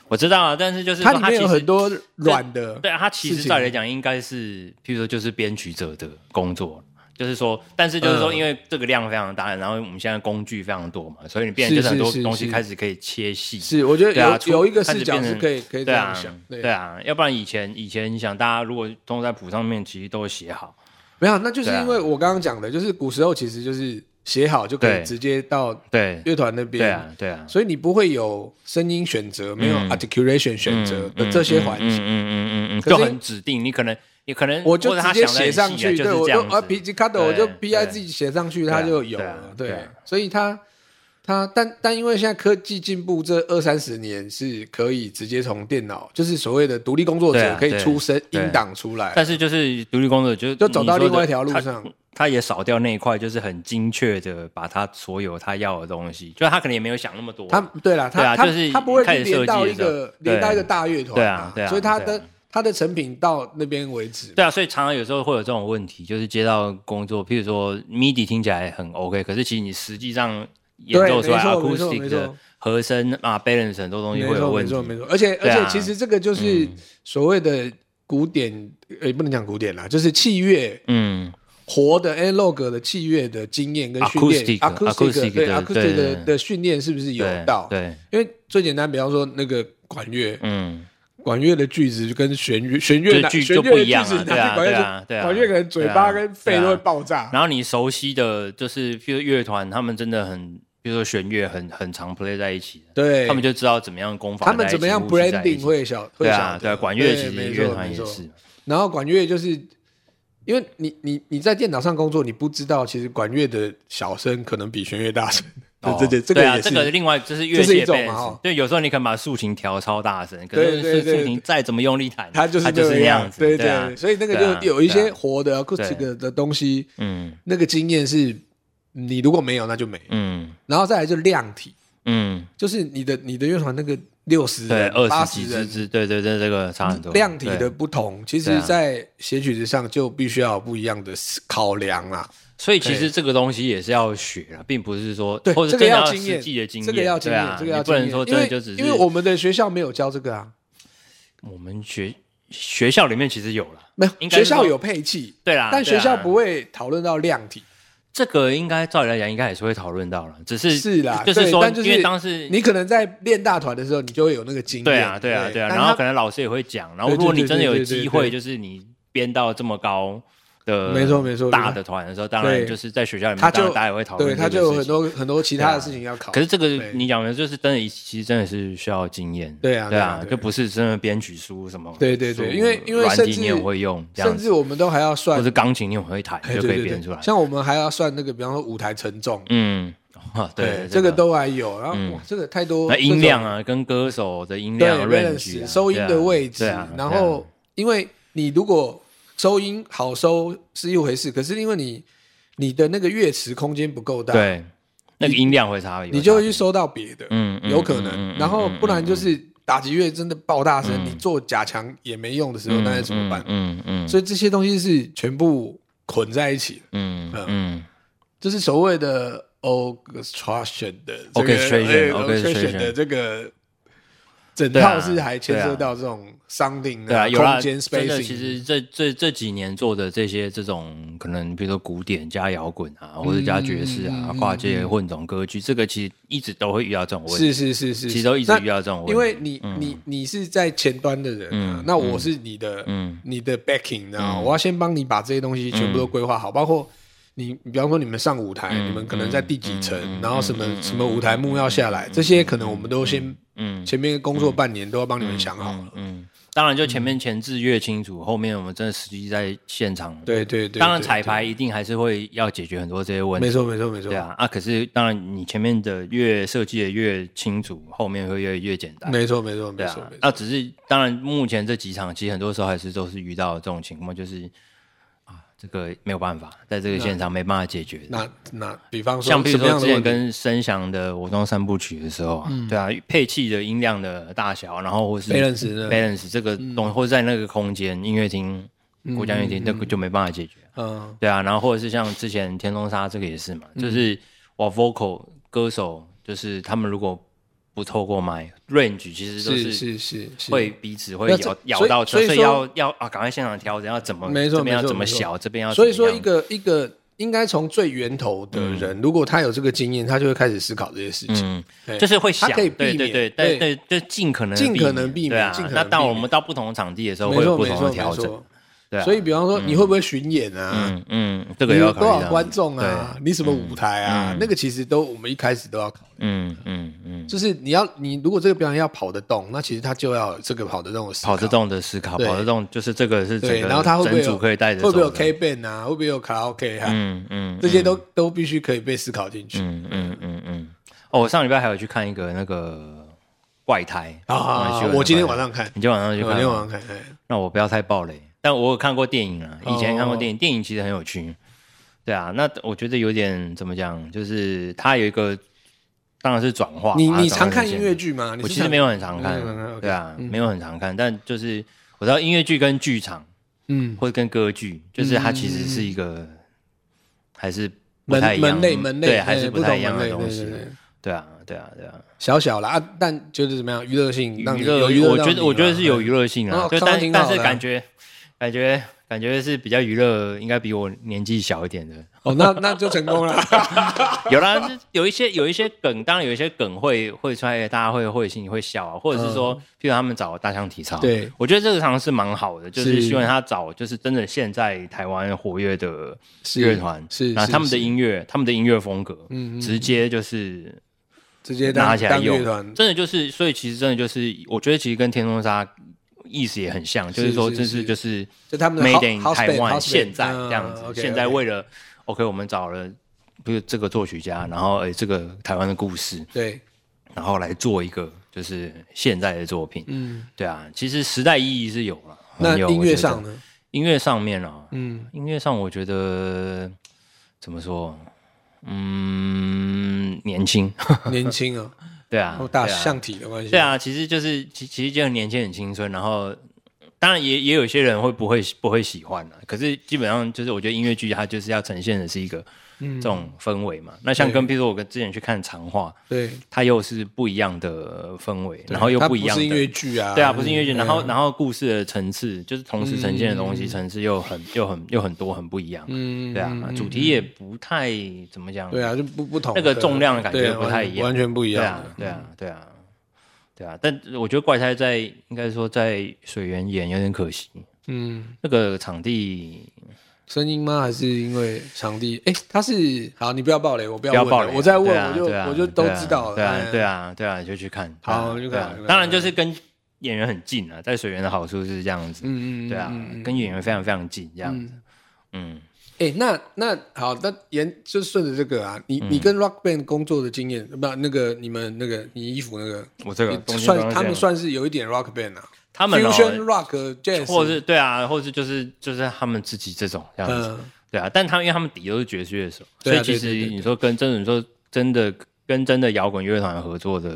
[SPEAKER 1] 我知道啊，但是就是
[SPEAKER 2] 它
[SPEAKER 1] 说
[SPEAKER 2] 里
[SPEAKER 1] 它
[SPEAKER 2] 面
[SPEAKER 1] 其
[SPEAKER 2] 有很
[SPEAKER 1] 实
[SPEAKER 2] 多软的，
[SPEAKER 1] 对啊，它其
[SPEAKER 2] 事
[SPEAKER 1] 实
[SPEAKER 2] 情
[SPEAKER 1] 照理来讲应该是，譬如说就是编曲者的工作。就是说，但是就是说，
[SPEAKER 2] 嗯
[SPEAKER 1] 因为这个量非常大，然后我们现在工具非常多嘛，所以你变成就是是很多
[SPEAKER 2] 是是
[SPEAKER 1] 东西
[SPEAKER 2] 是
[SPEAKER 1] 开始可以切细。
[SPEAKER 2] 是我觉得
[SPEAKER 1] 对啊
[SPEAKER 2] 有有一个
[SPEAKER 1] 开始
[SPEAKER 2] 视角
[SPEAKER 1] 变
[SPEAKER 2] 是
[SPEAKER 1] 成
[SPEAKER 2] 可以可以这
[SPEAKER 1] 对
[SPEAKER 2] 样
[SPEAKER 1] 啊
[SPEAKER 2] 想，，
[SPEAKER 1] 对啊，要不然以前以前你想，大家如果都在谱上面，其实都会写好，
[SPEAKER 2] 没有，那就是
[SPEAKER 1] 对啊
[SPEAKER 2] 因为我刚刚讲的，就是古时候其实就是写好就可以
[SPEAKER 1] 对
[SPEAKER 2] 直接到
[SPEAKER 1] 对
[SPEAKER 2] 乐团那
[SPEAKER 1] 对
[SPEAKER 2] 边，
[SPEAKER 1] 啊，对啊，
[SPEAKER 2] 所以你不会有声音选择，没有
[SPEAKER 1] 嗯
[SPEAKER 2] articulation 选择的这些环
[SPEAKER 1] 嗯
[SPEAKER 2] 节。
[SPEAKER 1] 嗯嗯嗯嗯嗯，
[SPEAKER 2] 可是
[SPEAKER 1] 就很指定，你可能你可能
[SPEAKER 2] 我
[SPEAKER 1] 或
[SPEAKER 2] 就
[SPEAKER 1] 者他
[SPEAKER 2] 直接
[SPEAKER 1] 想得很
[SPEAKER 2] 写上
[SPEAKER 1] 细啊
[SPEAKER 2] 去，
[SPEAKER 1] 就是
[SPEAKER 2] 对我
[SPEAKER 1] 这
[SPEAKER 2] 就
[SPEAKER 1] 样
[SPEAKER 2] 啊
[SPEAKER 1] 子
[SPEAKER 2] P G cut 我就
[SPEAKER 1] 对
[SPEAKER 2] B I
[SPEAKER 1] 对
[SPEAKER 2] 自己写上去，
[SPEAKER 1] 对啊
[SPEAKER 2] 它就有
[SPEAKER 1] 对啊
[SPEAKER 2] 了，对
[SPEAKER 1] 对啊，
[SPEAKER 2] 所以它它但但因为现在科技进步，这二三十年是可以直接从电脑，就是所谓的独立工作
[SPEAKER 1] 对
[SPEAKER 2] 者
[SPEAKER 1] 啊
[SPEAKER 2] 可以
[SPEAKER 1] 对
[SPEAKER 2] 出声
[SPEAKER 1] 对
[SPEAKER 2] 音档出来，
[SPEAKER 1] 但是就是独立工作者就
[SPEAKER 2] 就走到
[SPEAKER 1] 你说
[SPEAKER 2] 另
[SPEAKER 1] 的
[SPEAKER 2] 外一条路
[SPEAKER 1] 他
[SPEAKER 2] 上。
[SPEAKER 1] 他也少掉那一块，就是很精确的把他所有他要的东西，就是他可能也没有想那么多，
[SPEAKER 2] 他对了，
[SPEAKER 1] 对
[SPEAKER 2] 他
[SPEAKER 1] 啊
[SPEAKER 2] 他
[SPEAKER 1] 就是
[SPEAKER 2] 他不会
[SPEAKER 1] 开始
[SPEAKER 2] 去连到
[SPEAKER 1] 设计
[SPEAKER 2] 一
[SPEAKER 1] 的时候
[SPEAKER 2] 个连到一个大乐团，
[SPEAKER 1] 对啊对啊
[SPEAKER 2] 所以他
[SPEAKER 1] 对啊
[SPEAKER 2] 的他的成品到那边为止，
[SPEAKER 1] 对啊，所以常常有时候会有这种问题，就是接到工作，譬如说 MIDI 听起来很 OK，可是其实你实际上演奏出来
[SPEAKER 2] 对没错没错
[SPEAKER 1] acoustic
[SPEAKER 2] 没错
[SPEAKER 1] 的和声啊 balance 很多东西
[SPEAKER 2] 没
[SPEAKER 1] 会有
[SPEAKER 2] 错，
[SPEAKER 1] 问
[SPEAKER 2] 没
[SPEAKER 1] 题
[SPEAKER 2] 错，。没错。而且、
[SPEAKER 1] 对
[SPEAKER 2] 而
[SPEAKER 1] 啊
[SPEAKER 2] 且，其实这个就是
[SPEAKER 1] 嗯
[SPEAKER 2] 所谓的古典，呃也不能讲古典啦，就是器乐
[SPEAKER 1] 嗯，
[SPEAKER 2] 活的 analog 的器乐的经验跟训练
[SPEAKER 1] Acoustic，
[SPEAKER 2] acoustic
[SPEAKER 1] acoustic
[SPEAKER 2] 对
[SPEAKER 1] 的
[SPEAKER 2] acoustic
[SPEAKER 1] 对
[SPEAKER 2] 的的训练是不是有
[SPEAKER 1] 对
[SPEAKER 2] 到？
[SPEAKER 1] 对，
[SPEAKER 2] 因为最简单，比方说那个管乐，
[SPEAKER 1] 嗯，
[SPEAKER 2] 管乐的句子就跟弦乐弦乐
[SPEAKER 1] 就
[SPEAKER 2] 拿
[SPEAKER 1] 句
[SPEAKER 2] 弦
[SPEAKER 1] 就
[SPEAKER 2] 乐
[SPEAKER 1] 不
[SPEAKER 2] 的
[SPEAKER 1] 一样啊
[SPEAKER 2] 句子
[SPEAKER 1] 对啊
[SPEAKER 2] 拿去管乐
[SPEAKER 1] 对啊
[SPEAKER 2] 就
[SPEAKER 1] 对啊啊
[SPEAKER 2] 管乐可能嘴巴跟肺都会爆炸。
[SPEAKER 1] 然后你熟悉的就是，比如乐团，他们真的很，比如说弦乐很很常 play 在一起的，
[SPEAKER 2] 对，
[SPEAKER 1] 他们就知道怎么样功法在
[SPEAKER 2] 他
[SPEAKER 1] 一起，
[SPEAKER 2] 们怎么样
[SPEAKER 1] 呼吸在一
[SPEAKER 2] branding
[SPEAKER 1] 起
[SPEAKER 2] 会小会
[SPEAKER 1] 对
[SPEAKER 2] 小
[SPEAKER 1] 啊
[SPEAKER 2] 的？
[SPEAKER 1] 对啊，管乐
[SPEAKER 2] 对
[SPEAKER 1] 其实
[SPEAKER 2] 没
[SPEAKER 1] 乐
[SPEAKER 2] 错
[SPEAKER 1] 团
[SPEAKER 2] 没
[SPEAKER 1] 也
[SPEAKER 2] 错
[SPEAKER 1] 是，
[SPEAKER 2] 然后管乐就是，因为你你你在电脑上工作，你不知道其实管乐的小声可能比弦乐大声。
[SPEAKER 1] 哦
[SPEAKER 2] 对 对，这
[SPEAKER 1] 对
[SPEAKER 2] 个
[SPEAKER 1] 啊，
[SPEAKER 2] 也
[SPEAKER 1] 这
[SPEAKER 2] 是。
[SPEAKER 1] 个另外就是乐
[SPEAKER 2] 这是一
[SPEAKER 1] 界
[SPEAKER 2] 种
[SPEAKER 1] 贝
[SPEAKER 2] 嘛
[SPEAKER 1] 斯
[SPEAKER 2] 哦，
[SPEAKER 1] 对，有时候你可能把竖琴调超大声，可
[SPEAKER 2] 对对
[SPEAKER 1] 是
[SPEAKER 2] 对
[SPEAKER 1] 竖琴再怎么用力弹，
[SPEAKER 2] 它就
[SPEAKER 1] 就是是
[SPEAKER 2] 这
[SPEAKER 1] 那样子，
[SPEAKER 2] 对
[SPEAKER 1] 啊，
[SPEAKER 2] 所以那
[SPEAKER 1] 对
[SPEAKER 2] 个
[SPEAKER 1] 啊
[SPEAKER 2] 就有一
[SPEAKER 1] 对
[SPEAKER 2] 些
[SPEAKER 1] 啊
[SPEAKER 2] 活的 acoustic 的东西，
[SPEAKER 1] 嗯
[SPEAKER 2] 那个经验是你如果没有那就没有，
[SPEAKER 1] 嗯
[SPEAKER 2] 然后再来就量体，
[SPEAKER 1] 嗯，
[SPEAKER 2] 就是你的你的乐团那个六十
[SPEAKER 1] 对，
[SPEAKER 2] 人、八
[SPEAKER 1] 二十
[SPEAKER 2] 十
[SPEAKER 1] 几支
[SPEAKER 2] 人
[SPEAKER 1] 支，对对对，这个差很多，
[SPEAKER 2] 量体的
[SPEAKER 1] 对，
[SPEAKER 2] 不同，其
[SPEAKER 1] 对
[SPEAKER 2] 实
[SPEAKER 1] 啊
[SPEAKER 2] 在写曲子上就必须要有不一样的考量啊啦。
[SPEAKER 1] 所以其实这个东西也是要学啊，并不是说
[SPEAKER 2] 对，
[SPEAKER 1] 或者
[SPEAKER 2] 这
[SPEAKER 1] 真
[SPEAKER 2] 个
[SPEAKER 1] 的
[SPEAKER 2] 要
[SPEAKER 1] 实
[SPEAKER 2] 经验，
[SPEAKER 1] 际的经验，
[SPEAKER 2] 这个要经
[SPEAKER 1] 对
[SPEAKER 2] 验，
[SPEAKER 1] 啊
[SPEAKER 2] 这个要
[SPEAKER 1] 你不
[SPEAKER 2] 经
[SPEAKER 1] 能
[SPEAKER 2] 验。
[SPEAKER 1] 说真的
[SPEAKER 2] 因为
[SPEAKER 1] 就只是
[SPEAKER 2] 因为我们的学校没有教这个啊，
[SPEAKER 1] 我们学学校里面其实有啦，
[SPEAKER 2] 没有
[SPEAKER 1] 应该
[SPEAKER 2] 学
[SPEAKER 1] 是
[SPEAKER 2] 校
[SPEAKER 1] 说
[SPEAKER 2] 有配器，
[SPEAKER 1] 对啦，
[SPEAKER 2] 但
[SPEAKER 1] 对
[SPEAKER 2] 学
[SPEAKER 1] 啊
[SPEAKER 2] 校不会讨论到量体。
[SPEAKER 1] 这个应该照理来讲，应该也是会讨论到了，只是
[SPEAKER 2] 是啦
[SPEAKER 1] 就是
[SPEAKER 2] 对
[SPEAKER 1] 说，
[SPEAKER 2] 但就是
[SPEAKER 1] 因为当时
[SPEAKER 2] 你可能在练大团的时候，你就会有那个经验。
[SPEAKER 1] 对啊，对啊，对啊，然后可能老师也会讲，然后如果你真的有机
[SPEAKER 2] 对对对对对
[SPEAKER 1] 会，就是你编到这么高的，
[SPEAKER 2] 没错没错
[SPEAKER 1] 大的团的时候，当
[SPEAKER 2] 对
[SPEAKER 1] 然就是在学校里面，
[SPEAKER 2] 他就
[SPEAKER 1] 当然大家也会讨
[SPEAKER 2] 但
[SPEAKER 1] 论，
[SPEAKER 2] 对他就有很。多很多其他的事情要考。
[SPEAKER 1] 啊可是这个
[SPEAKER 2] 对
[SPEAKER 1] 你讲的，就是真的，其实真的是需要经验，
[SPEAKER 2] 对啊
[SPEAKER 1] 对
[SPEAKER 2] 对啊
[SPEAKER 1] 啊
[SPEAKER 2] 对，啊
[SPEAKER 1] 就不是真的编曲书什么，
[SPEAKER 2] 对对对
[SPEAKER 1] 书
[SPEAKER 2] 因为因为
[SPEAKER 1] 软
[SPEAKER 2] 甚
[SPEAKER 1] 体
[SPEAKER 2] 至
[SPEAKER 1] 你也会用，这样
[SPEAKER 2] 甚
[SPEAKER 1] 子，
[SPEAKER 2] 至我们都还要算
[SPEAKER 1] 或，者钢琴你也会弹，
[SPEAKER 2] 哎
[SPEAKER 1] 就
[SPEAKER 2] 对
[SPEAKER 1] 可
[SPEAKER 2] 对
[SPEAKER 1] 以
[SPEAKER 2] 对
[SPEAKER 1] 编出来。
[SPEAKER 2] 像我们还要算那个，比方说舞台承重，
[SPEAKER 1] 嗯， 啊对，嗯
[SPEAKER 2] 这个都还有。然后哇，这个太多
[SPEAKER 1] 那音
[SPEAKER 2] 这种
[SPEAKER 1] 量啊，跟歌手的音
[SPEAKER 2] 对
[SPEAKER 1] 量 range 啊
[SPEAKER 2] balance 收音
[SPEAKER 1] 对
[SPEAKER 2] 的
[SPEAKER 1] 啊
[SPEAKER 2] 位置，
[SPEAKER 1] 对啊
[SPEAKER 2] 然
[SPEAKER 1] 对啊
[SPEAKER 2] 后因为你如果收音好收是一回事，可是因为你你的那个乐池空间不够大，
[SPEAKER 1] 对，那个音量会差，
[SPEAKER 2] 啊你就会
[SPEAKER 1] 有
[SPEAKER 2] 去收到别的，
[SPEAKER 1] 嗯嗯
[SPEAKER 2] 有可
[SPEAKER 1] 嗯嗯
[SPEAKER 2] 能。
[SPEAKER 1] 嗯
[SPEAKER 2] 然后
[SPEAKER 1] 嗯
[SPEAKER 2] 不然就是打击乐真的爆大声，你做假强也没用的时候，
[SPEAKER 1] 差
[SPEAKER 2] 那该怎么办？
[SPEAKER 1] 嗯嗯，
[SPEAKER 2] 所以这些东西是全部捆在一起的，
[SPEAKER 1] 嗯嗯嗯
[SPEAKER 2] 就是所谓的 orchestration 的这个
[SPEAKER 1] Orchestration，
[SPEAKER 2] 哎
[SPEAKER 1] orchestration
[SPEAKER 2] orchestration 的这个。整
[SPEAKER 1] 对啊
[SPEAKER 2] 套是还牵涉到这种 sounding
[SPEAKER 1] 对啊，有啦，
[SPEAKER 2] 空间
[SPEAKER 1] 真的，
[SPEAKER 2] spacing，
[SPEAKER 1] 其实这这这几年做的这些这种可能，比如说古典加摇滚啊，或者加爵士
[SPEAKER 2] 嗯
[SPEAKER 1] 啊，跨界混种歌剧，这个其实一直都会遇到这种问题，
[SPEAKER 2] 是是是是，
[SPEAKER 1] 其实都一直
[SPEAKER 2] 那
[SPEAKER 1] 遇到这种问题，
[SPEAKER 2] 因为你你你是在前端的人啊，
[SPEAKER 1] 嗯
[SPEAKER 2] 那我是你的
[SPEAKER 1] 嗯
[SPEAKER 2] 你的 backing，你知道吗？我要先帮你把这些东西全部都规划好，包括。你比方说你们上舞台，
[SPEAKER 1] 嗯
[SPEAKER 2] 你们可能在第几层，然后什么、什么舞台幕要下来，这些可能我们都先、
[SPEAKER 1] 嗯
[SPEAKER 2] 前面工作半年都要帮你们想好了。
[SPEAKER 1] 嗯，当然就前面前置越清楚，后面我们真的实际在现场，
[SPEAKER 2] 对对对，
[SPEAKER 1] 当然
[SPEAKER 2] 对
[SPEAKER 1] 彩，排一定还是会要解决很多这些问
[SPEAKER 2] 没
[SPEAKER 1] 题。
[SPEAKER 2] 错没错没错，
[SPEAKER 1] 对啊，啊，可是当然，你前面的越设计的越清楚，后面会越越简单。
[SPEAKER 2] 没错没错
[SPEAKER 1] 对
[SPEAKER 2] 没错
[SPEAKER 1] 啊
[SPEAKER 2] 没，错，
[SPEAKER 1] 那只是当然，目前这几场其实很多时候还是都是遇到这种情况，就是啊，这个没有办法，在这个现场没办法解决的。
[SPEAKER 2] 那那比方说
[SPEAKER 1] 像比如
[SPEAKER 2] 什
[SPEAKER 1] 说
[SPEAKER 2] 么样
[SPEAKER 1] 之前
[SPEAKER 2] 的问题嗯
[SPEAKER 1] 跟声翔的《我装三部曲》的时候啊，对啊，配器的音量的大小，然后或是
[SPEAKER 2] Balance 嗯的
[SPEAKER 1] balance 这个东西，或者在那个空间音乐厅、国家音乐厅，那个就没办法解决。
[SPEAKER 2] 嗯
[SPEAKER 1] 对啊，然后或者是像之前《天中沙》这个也是嘛，就是我 vocal 歌手，就是他们如果不透过麦 range，其实都
[SPEAKER 2] 是是是是
[SPEAKER 1] 会彼此会
[SPEAKER 2] 那这
[SPEAKER 1] 咬咬
[SPEAKER 2] 所以
[SPEAKER 1] 到，
[SPEAKER 2] 所
[SPEAKER 1] 所
[SPEAKER 2] 以
[SPEAKER 1] 以
[SPEAKER 2] 说
[SPEAKER 1] 要要啊，赶快现场调整，要怎么
[SPEAKER 2] 没错
[SPEAKER 1] 这边
[SPEAKER 2] 没
[SPEAKER 1] 要
[SPEAKER 2] 错
[SPEAKER 1] 怎么
[SPEAKER 2] 没错
[SPEAKER 1] 小，这边要
[SPEAKER 2] 所以说，
[SPEAKER 1] 怎么样
[SPEAKER 2] 一个一个应该从最源头的人，如果他有这个经验，他就会开始思考这些事情。
[SPEAKER 1] 嗯，
[SPEAKER 2] 对
[SPEAKER 1] 就是会
[SPEAKER 2] 他
[SPEAKER 1] 想
[SPEAKER 2] 可以避
[SPEAKER 1] 对
[SPEAKER 2] 免，
[SPEAKER 1] 对对对对，就尽可能
[SPEAKER 2] 尽可
[SPEAKER 1] 避
[SPEAKER 2] 能避免
[SPEAKER 1] 对啊
[SPEAKER 2] 尽可。
[SPEAKER 1] 那
[SPEAKER 2] 能避
[SPEAKER 1] 当我
[SPEAKER 2] 免
[SPEAKER 1] 们到不同的场地的时候，
[SPEAKER 2] 没
[SPEAKER 1] 会有
[SPEAKER 2] 错
[SPEAKER 1] 不
[SPEAKER 2] 没
[SPEAKER 1] 同的
[SPEAKER 2] 错
[SPEAKER 1] 调
[SPEAKER 2] 没
[SPEAKER 1] 整，
[SPEAKER 2] 错。
[SPEAKER 1] 对啊。
[SPEAKER 2] 所以，比方说，你会不会巡演啊？
[SPEAKER 1] 嗯嗯，这
[SPEAKER 2] 你
[SPEAKER 1] 个也
[SPEAKER 2] 有
[SPEAKER 1] 要
[SPEAKER 2] 多
[SPEAKER 1] 考虑
[SPEAKER 2] 少
[SPEAKER 1] 到
[SPEAKER 2] 观众啊？你什么舞台啊
[SPEAKER 1] 嗯？
[SPEAKER 2] 那个其实都我们一开始都要考虑。
[SPEAKER 1] 嗯嗯嗯，
[SPEAKER 2] 就是你要你如果这个表演要跑得动，那其实他就要有这个跑得动的思考
[SPEAKER 1] 跑得。动的思考，
[SPEAKER 2] 对
[SPEAKER 1] 跑得动就是这个是整
[SPEAKER 2] 对，
[SPEAKER 1] 个
[SPEAKER 2] 然后他会不
[SPEAKER 1] 整
[SPEAKER 2] 会
[SPEAKER 1] 组
[SPEAKER 2] 有
[SPEAKER 1] 可以带着
[SPEAKER 2] 会不会有
[SPEAKER 1] 走的
[SPEAKER 2] K band 啊？会不会有卡拉 OK 啊？
[SPEAKER 1] 嗯嗯，
[SPEAKER 2] 这些都都必须可以被思考进去。
[SPEAKER 1] 嗯嗯嗯嗯。哦，我上礼拜还有去看一个那个怪胎
[SPEAKER 2] 啊
[SPEAKER 1] 你去，
[SPEAKER 2] 我今天晚上看，
[SPEAKER 1] 你今天晚上
[SPEAKER 2] 我
[SPEAKER 1] 去
[SPEAKER 2] 今
[SPEAKER 1] 看，
[SPEAKER 2] 天晚上看，哎
[SPEAKER 1] 那我不要太暴雷，但我有看过电影啊，以前
[SPEAKER 2] 哦
[SPEAKER 1] 看过电影，电影其实很有趣。对啊，那我觉得有点怎么讲，就是它有一个，当然是转化。
[SPEAKER 2] 你
[SPEAKER 1] 把它
[SPEAKER 2] 你
[SPEAKER 1] 转
[SPEAKER 2] 常
[SPEAKER 1] 化
[SPEAKER 2] 看
[SPEAKER 1] 成
[SPEAKER 2] 音
[SPEAKER 1] 现
[SPEAKER 2] 乐
[SPEAKER 1] 实
[SPEAKER 2] 剧吗？你
[SPEAKER 1] 我其
[SPEAKER 2] 是
[SPEAKER 1] 实
[SPEAKER 2] 常
[SPEAKER 1] 没有很常看
[SPEAKER 2] 没有很常看，，OK 嗯
[SPEAKER 1] 对啊，没有很常看，但就是我知道音乐剧跟剧场
[SPEAKER 2] 嗯，
[SPEAKER 1] 或者跟歌剧，就是它其实是一个还是不太
[SPEAKER 2] 门
[SPEAKER 1] 一样，
[SPEAKER 2] 门类门类
[SPEAKER 1] 对，还是
[SPEAKER 2] 哎
[SPEAKER 1] 不
[SPEAKER 2] 不
[SPEAKER 1] 太
[SPEAKER 2] 同
[SPEAKER 1] 一样
[SPEAKER 2] 门
[SPEAKER 1] 的
[SPEAKER 2] 类
[SPEAKER 1] 东西
[SPEAKER 2] 对对对，
[SPEAKER 1] 对啊，对啊，对啊。
[SPEAKER 2] 小小啦，啊，但就是怎么样，娱乐性让你
[SPEAKER 1] 娱
[SPEAKER 2] 有
[SPEAKER 1] 乐
[SPEAKER 2] 娱，乐
[SPEAKER 1] 我
[SPEAKER 2] 到
[SPEAKER 1] 觉
[SPEAKER 2] 你
[SPEAKER 1] 得我觉得
[SPEAKER 2] 嘛
[SPEAKER 1] 是有娱乐性啊
[SPEAKER 2] 哦，
[SPEAKER 1] 对，
[SPEAKER 2] 这样
[SPEAKER 1] 但
[SPEAKER 2] 挺
[SPEAKER 1] 但
[SPEAKER 2] 好
[SPEAKER 1] 是
[SPEAKER 2] 的啊
[SPEAKER 1] 感觉感觉感觉是比较娱乐，应该比我年纪小一点的。
[SPEAKER 2] 哦，那那就成功了。
[SPEAKER 1] 有啦，就有一些有一些梗，当然有一些梗会会出来，大家会会心里会笑啊，或者是说，譬如他们找大象体操，
[SPEAKER 2] 嗯对，
[SPEAKER 1] 我觉得这个尝试蛮好的，就是
[SPEAKER 2] 是
[SPEAKER 1] 希望他找就是真的现在台湾活跃的
[SPEAKER 2] 是
[SPEAKER 1] 乐团，
[SPEAKER 2] 是
[SPEAKER 1] 那
[SPEAKER 2] 是
[SPEAKER 1] 他们的
[SPEAKER 2] 是
[SPEAKER 1] 音乐，他们的音乐风格，
[SPEAKER 2] 嗯嗯
[SPEAKER 1] 直接就是
[SPEAKER 2] 直接当
[SPEAKER 1] 拿起来
[SPEAKER 2] 当
[SPEAKER 1] 用
[SPEAKER 2] 乐团，
[SPEAKER 1] 真的就是，所以其实真的就是，我觉得其实跟天空沙意思也很像，就是说
[SPEAKER 2] 是
[SPEAKER 1] 这是
[SPEAKER 2] 是
[SPEAKER 1] 就是
[SPEAKER 2] 就他们的
[SPEAKER 1] made in
[SPEAKER 2] house- house
[SPEAKER 1] 台
[SPEAKER 2] band-
[SPEAKER 1] 湾
[SPEAKER 2] house band，
[SPEAKER 1] 现在
[SPEAKER 2] 嗯
[SPEAKER 1] 这样子，
[SPEAKER 2] OK，
[SPEAKER 1] 现在
[SPEAKER 2] OK
[SPEAKER 1] 为了 OK，我们找了不是这个作曲家，
[SPEAKER 2] 嗯
[SPEAKER 1] 然后诶这个台湾的故事，
[SPEAKER 2] 对，
[SPEAKER 1] 然后来做一个就是现在的作品，
[SPEAKER 2] 嗯，
[SPEAKER 1] 对啊，其实时代意义是有了。
[SPEAKER 2] 那
[SPEAKER 1] 很有
[SPEAKER 2] 音
[SPEAKER 1] 我觉
[SPEAKER 2] 乐
[SPEAKER 1] 得
[SPEAKER 2] 上呢？
[SPEAKER 1] 音乐上面啊，
[SPEAKER 2] 嗯，
[SPEAKER 1] 音乐上我觉得怎么说？嗯，年轻，
[SPEAKER 2] 年 轻啊，
[SPEAKER 1] 对啊，
[SPEAKER 2] 哦大
[SPEAKER 1] 对啊
[SPEAKER 2] 象体的关系，
[SPEAKER 1] 对，啊，其实就是其其实就很年轻很青春，然后当然也也有些人会不会不会喜欢啊，可是基本上就是我觉得音乐剧它就是要呈现的是一个
[SPEAKER 2] 嗯
[SPEAKER 1] 这种氛围嘛。那像跟比如说我跟之前去看长话，
[SPEAKER 2] 对，
[SPEAKER 1] 它又是不一样的氛围，啊然后又
[SPEAKER 2] 它
[SPEAKER 1] 一样
[SPEAKER 2] 是
[SPEAKER 1] 的
[SPEAKER 2] 音乐剧啊，
[SPEAKER 1] 对啊，不是音乐剧，
[SPEAKER 2] 嗯
[SPEAKER 1] 然后然后故事的层次就是同时呈现的东西，层次又很又很又很多，很不一样。
[SPEAKER 2] 嗯，
[SPEAKER 1] 对啊，主题也不太怎么讲。
[SPEAKER 2] 对啊，就不不同
[SPEAKER 1] 那个
[SPEAKER 2] 的
[SPEAKER 1] 重量的感
[SPEAKER 2] 对啊
[SPEAKER 1] 觉不太一样
[SPEAKER 2] 完全不一
[SPEAKER 1] 对
[SPEAKER 2] 样
[SPEAKER 1] 啊
[SPEAKER 2] 的，，嗯
[SPEAKER 1] 对啊，对啊，对啊。但我觉得怪胎在应该说在水源演有点可惜，
[SPEAKER 2] 嗯，
[SPEAKER 1] 那个场地
[SPEAKER 2] 声音吗？还是因为场地？哎，它是好，你不要暴雷，我不
[SPEAKER 1] 不
[SPEAKER 2] 要问
[SPEAKER 1] 爆
[SPEAKER 2] 了
[SPEAKER 1] 雷啊，
[SPEAKER 2] 我再问
[SPEAKER 1] 对啊
[SPEAKER 2] 我就
[SPEAKER 1] 对啊
[SPEAKER 2] 我就都知道了，
[SPEAKER 1] 对啊
[SPEAKER 2] 哎，
[SPEAKER 1] 对啊，对啊，你就去看。
[SPEAKER 2] 好
[SPEAKER 1] 对啊
[SPEAKER 2] 就看
[SPEAKER 1] 对啊
[SPEAKER 2] 就看
[SPEAKER 1] 当然就是跟演员很近啊，在水源的好处是这样子，
[SPEAKER 2] 嗯嗯，嗯
[SPEAKER 1] 对啊
[SPEAKER 2] 嗯，
[SPEAKER 1] 跟演员非常非常近这样子，嗯。
[SPEAKER 2] 哎、那那好，那沿就顺着这个啊，你、
[SPEAKER 1] 嗯
[SPEAKER 2] 你跟 Rock Band 工作的经验，不，那个你们那个你衣服那个，
[SPEAKER 1] 我这个
[SPEAKER 2] 你
[SPEAKER 1] 东西
[SPEAKER 2] 算他们算是有一点 Rock Band 啊，
[SPEAKER 1] 他们
[SPEAKER 2] Fusion
[SPEAKER 1] 哦，
[SPEAKER 2] Rock Jazz，
[SPEAKER 1] 或是对啊，或是就是就是他们自己这种这样子，
[SPEAKER 2] 嗯
[SPEAKER 1] 对啊，但他们因为他们底都是爵士乐手，所
[SPEAKER 2] 对
[SPEAKER 1] 以
[SPEAKER 2] 啊
[SPEAKER 1] 其
[SPEAKER 2] 对对
[SPEAKER 1] 实
[SPEAKER 2] 对
[SPEAKER 1] 你说跟真的你说真的跟真的摇滚乐团合作的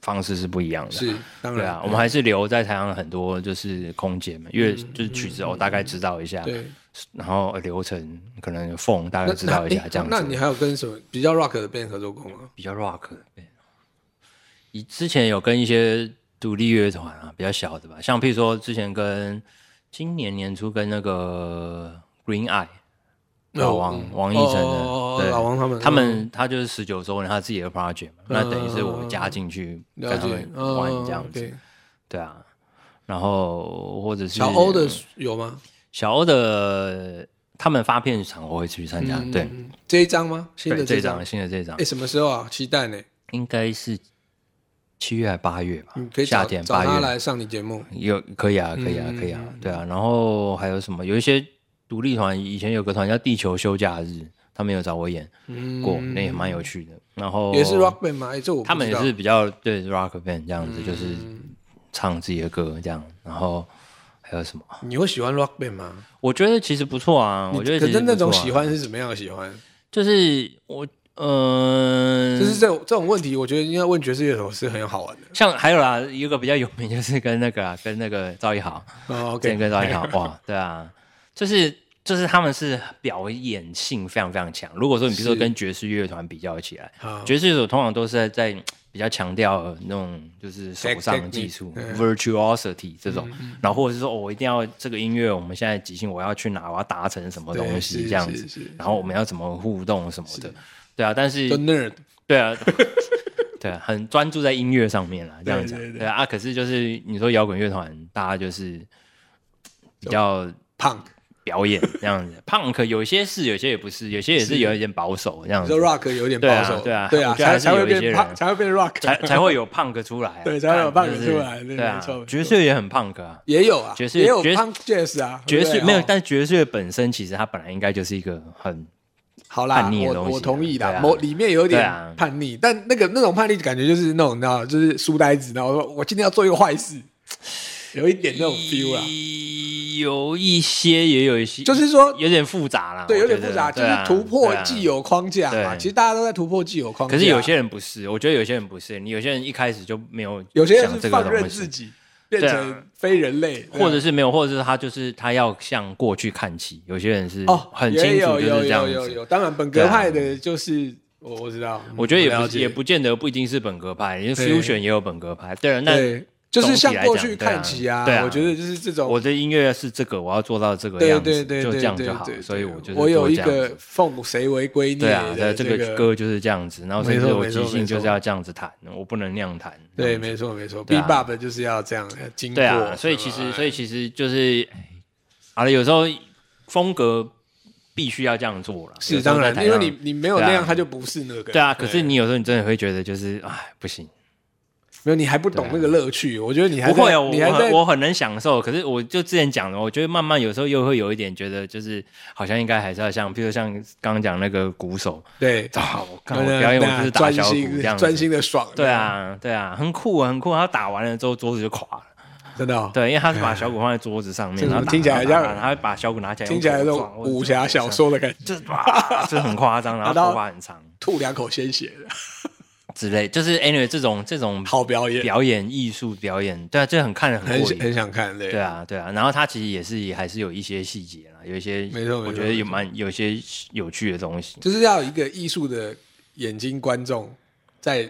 [SPEAKER 1] 方式是不一样的。
[SPEAKER 2] 是当
[SPEAKER 1] 对
[SPEAKER 2] 然嗯
[SPEAKER 1] 啊，我们还是留在台上很多就是空姐们，因为就是曲子我大概知道一下，
[SPEAKER 2] 对，
[SPEAKER 1] 然后流程可能缝大概
[SPEAKER 2] 那
[SPEAKER 1] 知道一下
[SPEAKER 2] 那
[SPEAKER 1] 这样
[SPEAKER 2] 那
[SPEAKER 1] 子。
[SPEAKER 2] 你
[SPEAKER 1] 哦
[SPEAKER 2] 还有跟什么比较 Rock 的 band 合作过吗？
[SPEAKER 1] 比较 rock 的对以之前有跟一些独立乐团啊，比较小的吧，像譬如说之前跟今年年初跟那个 Green Eye 老王、王一
[SPEAKER 2] 哦
[SPEAKER 1] 晨的，
[SPEAKER 2] 哦哦
[SPEAKER 1] 对
[SPEAKER 2] 老王他们，
[SPEAKER 1] 他们他就是十九周年，他自己的 project 嘛，那等于是我
[SPEAKER 2] 嗯
[SPEAKER 1] 加进去
[SPEAKER 2] 了
[SPEAKER 1] 跟他
[SPEAKER 2] 解
[SPEAKER 1] 们，
[SPEAKER 2] 嗯
[SPEAKER 1] 玩这样子，
[SPEAKER 2] OK
[SPEAKER 1] 对啊。然后或者是
[SPEAKER 2] 小欧的有吗？
[SPEAKER 1] 小欧的，他们发片场我会去参加，对，
[SPEAKER 2] 嗯，这一张吗？新的
[SPEAKER 1] 对这
[SPEAKER 2] 张
[SPEAKER 1] 张，新的这张
[SPEAKER 2] 哎，什么时候啊？期待呢，
[SPEAKER 1] 应该是七月还八月吧
[SPEAKER 2] 你可，以
[SPEAKER 1] 夏
[SPEAKER 2] 找
[SPEAKER 1] 天
[SPEAKER 2] 找
[SPEAKER 1] 八
[SPEAKER 2] 他
[SPEAKER 1] 月
[SPEAKER 2] 来嗯上你节目，
[SPEAKER 1] 有可以啊，可以啊，可以啊，对啊。然后还有什么？有一些独立团，以前有个团叫地球休假日，他们有找我演
[SPEAKER 2] 嗯，
[SPEAKER 1] 过，那也蛮有趣的。然后
[SPEAKER 2] 也是 Rock Band 吗？哎，这我不
[SPEAKER 1] 他们
[SPEAKER 2] 知
[SPEAKER 1] 也
[SPEAKER 2] 道
[SPEAKER 1] 是比较对 rock band 这样子，就是
[SPEAKER 2] 嗯
[SPEAKER 1] 唱自己的歌这样。然后还有什么？
[SPEAKER 2] 你会喜欢 rock band 吗？
[SPEAKER 1] 我觉得其实不错啊，
[SPEAKER 2] 你
[SPEAKER 1] 我觉得
[SPEAKER 2] 可
[SPEAKER 1] 其实
[SPEAKER 2] 是那种
[SPEAKER 1] 不错啊嗯
[SPEAKER 2] 喜欢是怎么样的喜欢？
[SPEAKER 1] 就是我嗯，
[SPEAKER 2] 就是这种这种问题，我觉得应该问爵士乐手是很好玩的。
[SPEAKER 1] 像还有啦，有一个比较有名就是跟那个啊，跟那个赵一豪，
[SPEAKER 2] 哦
[SPEAKER 1] 之前
[SPEAKER 2] ，OK，
[SPEAKER 1] 跟赵一豪，哇，对啊，就是就是他们是表演性非常非常强。如果说你比如说
[SPEAKER 2] 是
[SPEAKER 1] 跟爵士乐团比较起来，
[SPEAKER 2] 好，
[SPEAKER 1] 爵士乐手通常都是在在比较强调那种就是手
[SPEAKER 2] Tech-
[SPEAKER 1] 上
[SPEAKER 2] technique，
[SPEAKER 1] 技术
[SPEAKER 2] 嗯
[SPEAKER 1] virtuosity 这种，然后或者是说、哦我一定要这个音乐，我们现在即兴我要去哪，我要达成什么
[SPEAKER 2] 对
[SPEAKER 1] 东西
[SPEAKER 2] 是
[SPEAKER 1] 这样
[SPEAKER 2] 是
[SPEAKER 1] 子
[SPEAKER 2] 是，
[SPEAKER 1] 然后我们要怎么互动什么的，对啊，但是
[SPEAKER 2] 就 nerd，
[SPEAKER 1] 对啊， 对啊，很专注在音乐上面啦，这样讲。
[SPEAKER 2] 对对对
[SPEAKER 1] 啊啊，可是就是你说摇滚乐团，大家就是比较
[SPEAKER 2] 胖，
[SPEAKER 1] 表演这样子。punk 有些是，有些也不是，有些也是有一点保守这样
[SPEAKER 2] 你
[SPEAKER 1] 子
[SPEAKER 2] 说，rock 有点保守，
[SPEAKER 1] 对啊对啊
[SPEAKER 2] 对啊，
[SPEAKER 1] 我觉得还
[SPEAKER 2] 才
[SPEAKER 1] 是
[SPEAKER 2] 才会
[SPEAKER 1] 有一些
[SPEAKER 2] 变
[SPEAKER 1] 人
[SPEAKER 2] 胖，才会变 rock，
[SPEAKER 1] 才才会有 punk 出来啊、
[SPEAKER 2] 对才会有
[SPEAKER 1] 看
[SPEAKER 2] punk
[SPEAKER 1] 就是
[SPEAKER 2] 出来对
[SPEAKER 1] 对啊
[SPEAKER 2] 没错没，错
[SPEAKER 1] 爵士乐也很 punk 啊。
[SPEAKER 2] 也有啊，
[SPEAKER 1] 爵士
[SPEAKER 2] 也有
[SPEAKER 1] 爵士
[SPEAKER 2] punk jazz 啊，
[SPEAKER 1] 爵
[SPEAKER 2] 对
[SPEAKER 1] 士
[SPEAKER 2] 不对
[SPEAKER 1] 没有
[SPEAKER 2] 哦，
[SPEAKER 1] 但爵士乐本身其实它本来应该就是一个很
[SPEAKER 2] 好啦
[SPEAKER 1] 叛逆，的
[SPEAKER 2] 我
[SPEAKER 1] 东西
[SPEAKER 2] 我同意
[SPEAKER 1] 对
[SPEAKER 2] 啦
[SPEAKER 1] 啊，
[SPEAKER 2] 某里面有
[SPEAKER 1] 对
[SPEAKER 2] 点
[SPEAKER 1] 啊
[SPEAKER 2] 叛逆，但那个那种叛逆感觉就是那种你知道，就是书呆子，然后说我今天要做一个坏事，有一点那种 feel 啦，
[SPEAKER 1] 有一些也有一些，
[SPEAKER 2] 就是说
[SPEAKER 1] 有点复杂啦，哦
[SPEAKER 2] 对，
[SPEAKER 1] 我
[SPEAKER 2] 有点
[SPEAKER 1] 觉
[SPEAKER 2] 复
[SPEAKER 1] 得
[SPEAKER 2] 杂，就
[SPEAKER 1] 对
[SPEAKER 2] 是
[SPEAKER 1] 啊
[SPEAKER 2] 突破
[SPEAKER 1] 对啊
[SPEAKER 2] 既有框架嘛。
[SPEAKER 1] 对
[SPEAKER 2] 其实大家都在突破既有框架，
[SPEAKER 1] 可是有些人不是，我觉得有些人不是，你有些人一开始就没有
[SPEAKER 2] 有些人
[SPEAKER 1] 想
[SPEAKER 2] 是
[SPEAKER 1] 这个
[SPEAKER 2] 放
[SPEAKER 1] 东
[SPEAKER 2] 任
[SPEAKER 1] 西
[SPEAKER 2] 自己，变
[SPEAKER 1] 对啊
[SPEAKER 2] 成非人类，对啊
[SPEAKER 1] 或者是没有，或者是他就是他要向过去看齐。有些人是
[SPEAKER 2] 哦，
[SPEAKER 1] 很
[SPEAKER 2] 也
[SPEAKER 1] 清楚就
[SPEAKER 2] 有
[SPEAKER 1] 是
[SPEAKER 2] 有
[SPEAKER 1] 这样
[SPEAKER 2] 有有
[SPEAKER 1] 子。
[SPEAKER 2] 有，当然本
[SPEAKER 1] 对
[SPEAKER 2] 格
[SPEAKER 1] 啊
[SPEAKER 2] 派的就是我我知道，嗯
[SPEAKER 1] 我觉得也
[SPEAKER 2] 了
[SPEAKER 1] 不
[SPEAKER 2] 解
[SPEAKER 1] 也不见得不一定是本格派，因为
[SPEAKER 2] 对
[SPEAKER 1] fusion 也有本格派。对了，啊那
[SPEAKER 2] 对，就是向过去看
[SPEAKER 1] 总体
[SPEAKER 2] 齐
[SPEAKER 1] 来讲对啊对啊
[SPEAKER 2] 我觉得就是这种
[SPEAKER 1] 我的音乐是这个，我要做到这个
[SPEAKER 2] 对
[SPEAKER 1] 样
[SPEAKER 2] 对
[SPEAKER 1] 子，
[SPEAKER 2] 对
[SPEAKER 1] 就
[SPEAKER 2] 对
[SPEAKER 1] 这样就
[SPEAKER 2] 对
[SPEAKER 1] 好
[SPEAKER 2] 对。
[SPEAKER 1] 所以
[SPEAKER 2] 对
[SPEAKER 1] 我就是
[SPEAKER 2] 我有
[SPEAKER 1] 做
[SPEAKER 2] 一
[SPEAKER 1] 这样
[SPEAKER 2] 个
[SPEAKER 1] 子。
[SPEAKER 2] 奉谁为归
[SPEAKER 1] 对
[SPEAKER 2] 臬
[SPEAKER 1] 啊，
[SPEAKER 2] 的
[SPEAKER 1] 这
[SPEAKER 2] 个
[SPEAKER 1] 个歌就是这样子，然后甚
[SPEAKER 2] 没
[SPEAKER 1] 至
[SPEAKER 2] 错
[SPEAKER 1] 我
[SPEAKER 2] 没错
[SPEAKER 1] 即兴就
[SPEAKER 2] 没
[SPEAKER 1] 是
[SPEAKER 2] 错
[SPEAKER 1] 要这样子弹，我不能那样弹。
[SPEAKER 2] 对，没错没错
[SPEAKER 1] 对啊
[SPEAKER 2] ，B-bop 就是要这样呃经过，
[SPEAKER 1] 对啊，所以其实，所
[SPEAKER 2] 以
[SPEAKER 1] 以其实就是，哎好了，有时候风格必须要这样做了。有
[SPEAKER 2] 是
[SPEAKER 1] 时候
[SPEAKER 2] 当
[SPEAKER 1] 在
[SPEAKER 2] 然，
[SPEAKER 1] 台
[SPEAKER 2] 因为
[SPEAKER 1] 上
[SPEAKER 2] 你你没有
[SPEAKER 1] 对啊
[SPEAKER 2] 那样，它就不是那个，
[SPEAKER 1] 对啊，可是你有时候你真的会觉得就是，哎，不行，
[SPEAKER 2] 没有你还不懂
[SPEAKER 1] 对啊
[SPEAKER 2] 那个乐趣，我觉得你还
[SPEAKER 1] 不会
[SPEAKER 2] 在
[SPEAKER 1] 哦，我
[SPEAKER 2] 你还在
[SPEAKER 1] 很我很能享受。可是我就之前讲的，我觉得慢慢有时候又会有一点觉得，就是好像应该还是要像，比如像刚刚讲那个鼓手，
[SPEAKER 2] 对，
[SPEAKER 1] 啊，我看
[SPEAKER 2] 那
[SPEAKER 1] 我
[SPEAKER 2] 那
[SPEAKER 1] 表演
[SPEAKER 2] 那
[SPEAKER 1] 我就是打
[SPEAKER 2] 专
[SPEAKER 1] 小鼓这
[SPEAKER 2] 心
[SPEAKER 1] 样
[SPEAKER 2] 专
[SPEAKER 1] 子。
[SPEAKER 2] 心的爽，
[SPEAKER 1] 对，啊，对啊，很酷啊，很酷啊。他打完了之后，桌子就垮了。
[SPEAKER 2] 真的哦，
[SPEAKER 1] 对，因为他是把小鼓放在桌子上面，
[SPEAKER 2] 哎这
[SPEAKER 1] 然后
[SPEAKER 2] 怎么
[SPEAKER 1] 打
[SPEAKER 2] 听起来
[SPEAKER 1] 打打
[SPEAKER 2] 像
[SPEAKER 1] 打他会把小鼓拿起来，
[SPEAKER 2] 听起来那
[SPEAKER 1] 用
[SPEAKER 2] 种
[SPEAKER 1] 口撞
[SPEAKER 2] 武侠小，说的感觉，
[SPEAKER 1] 或者是就是哇，就是很夸张，然 后
[SPEAKER 2] 然后
[SPEAKER 1] 头发很长
[SPEAKER 2] 吐两口鲜血的
[SPEAKER 1] 之类，就是 anyway 这种这种
[SPEAKER 2] 好表演，
[SPEAKER 1] 表演艺术表演，对啊，这很看得很
[SPEAKER 2] 很
[SPEAKER 1] 过
[SPEAKER 2] 想
[SPEAKER 1] 瘾。
[SPEAKER 2] 很想看，对
[SPEAKER 1] 对啊，对啊，然后他其实也是也还是有一些细节啦，有一些
[SPEAKER 2] 没错没错
[SPEAKER 1] 我觉得也蛮有些有趣的东西，
[SPEAKER 2] 就是要有一个艺术的眼睛观众再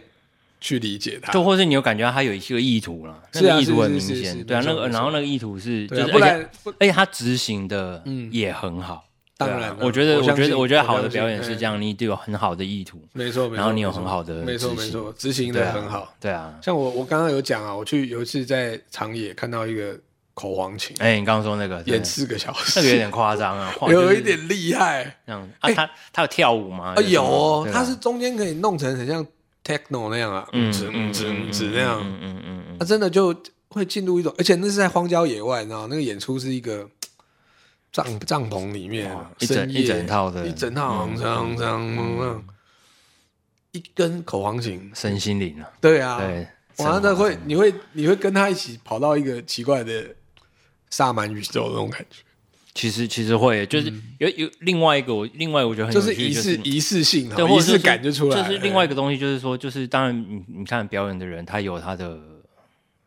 [SPEAKER 2] 去理解它，
[SPEAKER 1] 就或是你有感觉到他有一些意图啦，那
[SPEAKER 2] 是啊
[SPEAKER 1] 个意图
[SPEAKER 2] 是
[SPEAKER 1] 很
[SPEAKER 2] 是
[SPEAKER 1] 明
[SPEAKER 2] 是是
[SPEAKER 1] 显，对啊，
[SPEAKER 2] 没错
[SPEAKER 1] 那个
[SPEAKER 2] 没错
[SPEAKER 1] 然后那个意图是就
[SPEAKER 2] 对啊，
[SPEAKER 1] 是
[SPEAKER 2] 不
[SPEAKER 1] 而且
[SPEAKER 2] 然不
[SPEAKER 1] 而且他执行的
[SPEAKER 2] 嗯
[SPEAKER 1] 也很好，
[SPEAKER 2] 当
[SPEAKER 1] 对啊
[SPEAKER 2] 然了
[SPEAKER 1] 我觉得
[SPEAKER 2] 我
[SPEAKER 1] 我
[SPEAKER 2] 相
[SPEAKER 1] 觉
[SPEAKER 2] 信
[SPEAKER 1] 得我觉得
[SPEAKER 2] 我
[SPEAKER 1] 好的
[SPEAKER 2] 相信
[SPEAKER 1] 表演是
[SPEAKER 2] 嗯
[SPEAKER 1] 这样，你都有很好的意图，
[SPEAKER 2] 没错没错，
[SPEAKER 1] 然后你有
[SPEAKER 2] 没错
[SPEAKER 1] 很好的
[SPEAKER 2] 没错
[SPEAKER 1] 执
[SPEAKER 2] 没
[SPEAKER 1] 行
[SPEAKER 2] 错，执行
[SPEAKER 1] 对
[SPEAKER 2] 的
[SPEAKER 1] 啊，
[SPEAKER 2] 很好。，
[SPEAKER 1] 对啊，
[SPEAKER 2] 像我我刚刚有讲啊，我去有一次在长野看到一个口簧琴
[SPEAKER 1] 哎，你刚刚说那个对
[SPEAKER 2] 嗯演四个小
[SPEAKER 1] 那个有
[SPEAKER 2] 时，
[SPEAKER 1] 点夸张 啊，哇
[SPEAKER 2] 有
[SPEAKER 1] 就
[SPEAKER 2] 一
[SPEAKER 1] 是
[SPEAKER 2] 点厉害
[SPEAKER 1] 这样啊，他他有跳舞吗？
[SPEAKER 2] 啊，有
[SPEAKER 1] 什么
[SPEAKER 2] 哦
[SPEAKER 1] 对，啊
[SPEAKER 2] 它是中间可以弄成很像 techno 那样啊，嗯嗯嗯嗯那样，
[SPEAKER 1] 嗯嗯嗯嗯
[SPEAKER 2] 他真的就会进入一种，而且那是在荒郊野外，你知道那个演出是一个帐帐篷里面
[SPEAKER 1] 哇，一整
[SPEAKER 2] 深夜
[SPEAKER 1] 一整套的
[SPEAKER 2] 一整套，
[SPEAKER 1] 嗯
[SPEAKER 2] 嗯嗯嗯嗯，一根口簧琴
[SPEAKER 1] 嗯，，身心灵啊，
[SPEAKER 2] 对啊，
[SPEAKER 1] 对，
[SPEAKER 2] 哇，
[SPEAKER 1] 升
[SPEAKER 2] 那
[SPEAKER 1] 华
[SPEAKER 2] 会你会你会跟他一起跑到一个奇怪的萨满宇宙那种感觉，
[SPEAKER 1] 其实其实会，就是有有另外一个我另外我觉得很
[SPEAKER 2] 嗯就
[SPEAKER 1] 有
[SPEAKER 2] 是
[SPEAKER 1] 趣
[SPEAKER 2] 仪
[SPEAKER 1] 就
[SPEAKER 2] 式
[SPEAKER 1] 是。
[SPEAKER 2] 仪式性啊，
[SPEAKER 1] 对，或
[SPEAKER 2] 仪
[SPEAKER 1] 者
[SPEAKER 2] 式
[SPEAKER 1] 是
[SPEAKER 2] 感就出来了，哎嗯
[SPEAKER 1] 就是另外一个东西，就是说，就是当然你，你看表演的人，他有他的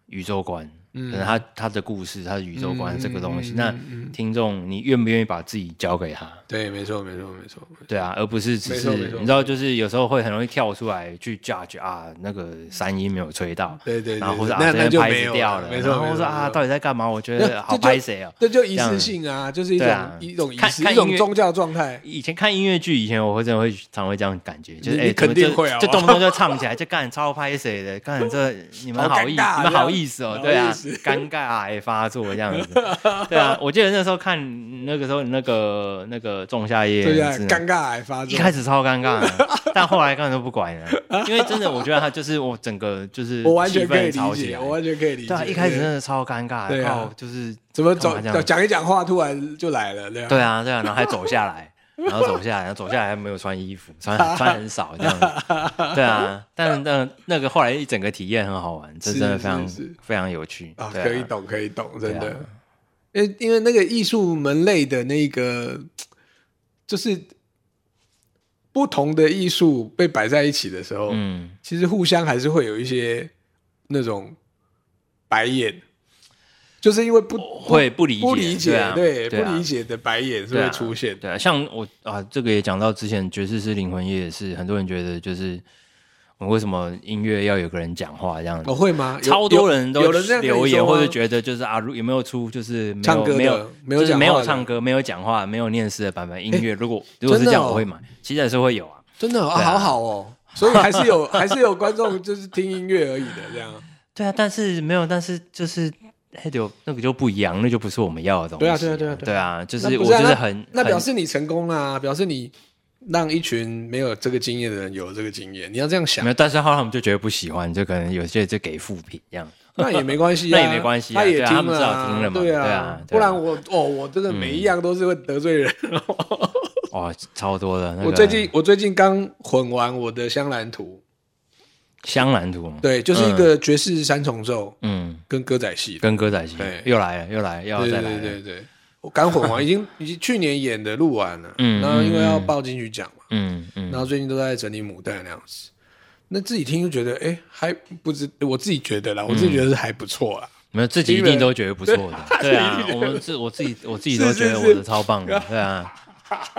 [SPEAKER 1] 宇宙观，可能他他的故事，他的宇宙观
[SPEAKER 2] 嗯
[SPEAKER 1] 这个东西。
[SPEAKER 2] 嗯
[SPEAKER 1] 那
[SPEAKER 2] 嗯嗯
[SPEAKER 1] 听众，你愿不愿意把自己交给他？
[SPEAKER 2] 对，没错没错没错，
[SPEAKER 1] 对啊，而不是只是
[SPEAKER 2] 没错没错
[SPEAKER 1] 你知道，就是有时候会很容易跳出来去 judge 啊，那个三音没有吹到，
[SPEAKER 2] 对对对
[SPEAKER 1] 然后或者
[SPEAKER 2] 对
[SPEAKER 1] 啊
[SPEAKER 2] 那
[SPEAKER 1] 这边
[SPEAKER 2] 那就
[SPEAKER 1] 拍
[SPEAKER 2] 没
[SPEAKER 1] 子
[SPEAKER 2] 有
[SPEAKER 1] 掉
[SPEAKER 2] 了
[SPEAKER 1] 了，
[SPEAKER 2] 没错
[SPEAKER 1] 然后
[SPEAKER 2] 没
[SPEAKER 1] 我说
[SPEAKER 2] 错没
[SPEAKER 1] 啊，
[SPEAKER 2] 错
[SPEAKER 1] 到底在干嘛？我觉
[SPEAKER 2] 那
[SPEAKER 1] 得好
[SPEAKER 2] 这就
[SPEAKER 1] 拍谁哦。
[SPEAKER 2] 这就仪
[SPEAKER 1] 这样
[SPEAKER 2] 式性啊，就是一
[SPEAKER 1] 对
[SPEAKER 2] 种
[SPEAKER 1] 啊
[SPEAKER 2] 一种仪
[SPEAKER 1] 看
[SPEAKER 2] 式，
[SPEAKER 1] 看
[SPEAKER 2] 一种
[SPEAKER 1] 音乐
[SPEAKER 2] 宗教状态，
[SPEAKER 1] 以前看音乐剧，以前我会真的会常会这样感觉，就是
[SPEAKER 2] 你
[SPEAKER 1] 哎，
[SPEAKER 2] 你
[SPEAKER 1] 怎么
[SPEAKER 2] 肯定
[SPEAKER 1] 这
[SPEAKER 2] 会啊
[SPEAKER 1] 就动不动就唱起来，就干超拍哎谁的，干这你们
[SPEAKER 2] 好
[SPEAKER 1] 好
[SPEAKER 2] 尴
[SPEAKER 1] 意，
[SPEAKER 2] 尬
[SPEAKER 1] 你们
[SPEAKER 2] 这样
[SPEAKER 1] 好意思哦，
[SPEAKER 2] 好
[SPEAKER 1] 对啊
[SPEAKER 2] 意思，
[SPEAKER 1] 尴尬癌发作这样子，对 啊，我记得那时候看那个时候那个那个仲夏夜，
[SPEAKER 2] 对啊，
[SPEAKER 1] 是吗
[SPEAKER 2] 尴尬癌发
[SPEAKER 1] 一
[SPEAKER 2] 作，
[SPEAKER 1] 开始超尴 尬的，但后来根本都不管了，因为真的我觉得他就是我整个就是
[SPEAKER 2] 我完全
[SPEAKER 1] 气
[SPEAKER 2] 可
[SPEAKER 1] 氛
[SPEAKER 2] 以
[SPEAKER 1] 吵
[SPEAKER 2] 理
[SPEAKER 1] 起
[SPEAKER 2] 解，
[SPEAKER 1] 来
[SPEAKER 2] 我完全可以理解。
[SPEAKER 1] 对啊，一开始真的超尴尬，
[SPEAKER 2] 对啊
[SPEAKER 1] 靠就是
[SPEAKER 2] 怎么
[SPEAKER 1] 干
[SPEAKER 2] 走
[SPEAKER 1] 嘛这样
[SPEAKER 2] 讲一讲话，突然就来了，对啊，
[SPEAKER 1] 对啊，对啊，然后还走下来，然后走下来，然后走下来还没有穿衣服，穿穿很少这样子。对啊，但是那那个后来一整个体验很好玩，这
[SPEAKER 2] 是
[SPEAKER 1] 真的非常
[SPEAKER 2] 是是
[SPEAKER 1] 非常有趣
[SPEAKER 2] 啊，
[SPEAKER 1] 对
[SPEAKER 2] 可以懂，可以懂，真
[SPEAKER 1] 对
[SPEAKER 2] 的
[SPEAKER 1] 啊。
[SPEAKER 2] 因为因为那个艺术门类的那个，就是不同的艺术被摆在一起的时候，
[SPEAKER 1] 嗯，
[SPEAKER 2] 其实互相还是会有一些那种白眼，就是因为不
[SPEAKER 1] 会不理解，
[SPEAKER 2] 不理解，
[SPEAKER 1] 对啊对啊
[SPEAKER 2] 不理解的白眼是
[SPEAKER 1] 对啊
[SPEAKER 2] 会出现的。
[SPEAKER 1] 对啊，像我啊，这个也讲到之前爵士是灵魂夜也是，很多人觉得就是我为什么音乐要有个人讲话这样子
[SPEAKER 2] 哦，。会吗？有
[SPEAKER 1] 啊超多人都
[SPEAKER 2] 有有人这样跟你
[SPEAKER 1] 留言，
[SPEAKER 2] 说吗
[SPEAKER 1] 或者觉得就是啊，如有没有出就是没
[SPEAKER 2] 唱
[SPEAKER 1] 有
[SPEAKER 2] 歌的
[SPEAKER 1] 没有
[SPEAKER 2] 没有
[SPEAKER 1] 就是
[SPEAKER 2] 讲
[SPEAKER 1] 没
[SPEAKER 2] 话
[SPEAKER 1] 有
[SPEAKER 2] 的
[SPEAKER 1] 唱歌、没有讲话、没有念诗的版本音乐，如果如果
[SPEAKER 2] 真的
[SPEAKER 1] 是这样，
[SPEAKER 2] 哦
[SPEAKER 1] 我会买，其实还是会有啊。
[SPEAKER 2] 真的、哦啊
[SPEAKER 1] 对啊
[SPEAKER 2] 好好哦，所以还是有 还是有观众就是听音乐而已的这样。
[SPEAKER 1] 对啊，但是没有，但是就是那就那个就不一样，那就不是我们要的东西。
[SPEAKER 2] 对啊对啊对啊对
[SPEAKER 1] 对啊，就
[SPEAKER 2] 那
[SPEAKER 1] 是
[SPEAKER 2] 不
[SPEAKER 1] 我
[SPEAKER 2] 是啊
[SPEAKER 1] 就是很
[SPEAKER 2] 那表
[SPEAKER 1] 很
[SPEAKER 2] 示你成功啦、表示你让一群没有这个经验的人有了这个经验。你要这样想
[SPEAKER 1] 没，有，但是后来他们就觉得不喜欢，就可能有些就给负评这样。
[SPEAKER 2] 那也没关系、啊，
[SPEAKER 1] 那也没关系啊
[SPEAKER 2] 他也
[SPEAKER 1] 对啊
[SPEAKER 2] 听
[SPEAKER 1] 他们至少听了嘛
[SPEAKER 2] 对
[SPEAKER 1] 对啊嗯
[SPEAKER 2] 不
[SPEAKER 1] 对啊
[SPEAKER 2] 然我哦，我真的每一样都是会得罪人。
[SPEAKER 1] 哇，超多的。那个
[SPEAKER 2] 哦
[SPEAKER 1] 啊
[SPEAKER 2] 我最近我最近刚混完我的香兰图，
[SPEAKER 1] 香兰图，
[SPEAKER 2] 对，就是一个爵士三重奏
[SPEAKER 1] 嗯，
[SPEAKER 2] 跟歌仔戏的，
[SPEAKER 1] 跟歌仔戏
[SPEAKER 2] 对
[SPEAKER 1] 又来了，又来了，又要
[SPEAKER 2] 对
[SPEAKER 1] 哦再
[SPEAKER 2] 对
[SPEAKER 1] 来
[SPEAKER 2] 对
[SPEAKER 1] 了。
[SPEAKER 2] 对对，我刚混完，已 经已经去年演的录完了，
[SPEAKER 1] 嗯
[SPEAKER 2] 然后因为要
[SPEAKER 1] 嗯嗯
[SPEAKER 2] 报金曲奖嘛。
[SPEAKER 1] 嗯嗯
[SPEAKER 2] 然后最近都在整理母带那样
[SPEAKER 1] 嗯
[SPEAKER 2] 子。那自己听就觉得，哎，还不知我自己觉得啦，我自己觉得是还不错啦。
[SPEAKER 1] 没有自己一定都觉得不错 的，对啊，我们自我自己我自己都觉得我的超棒的，对 啊，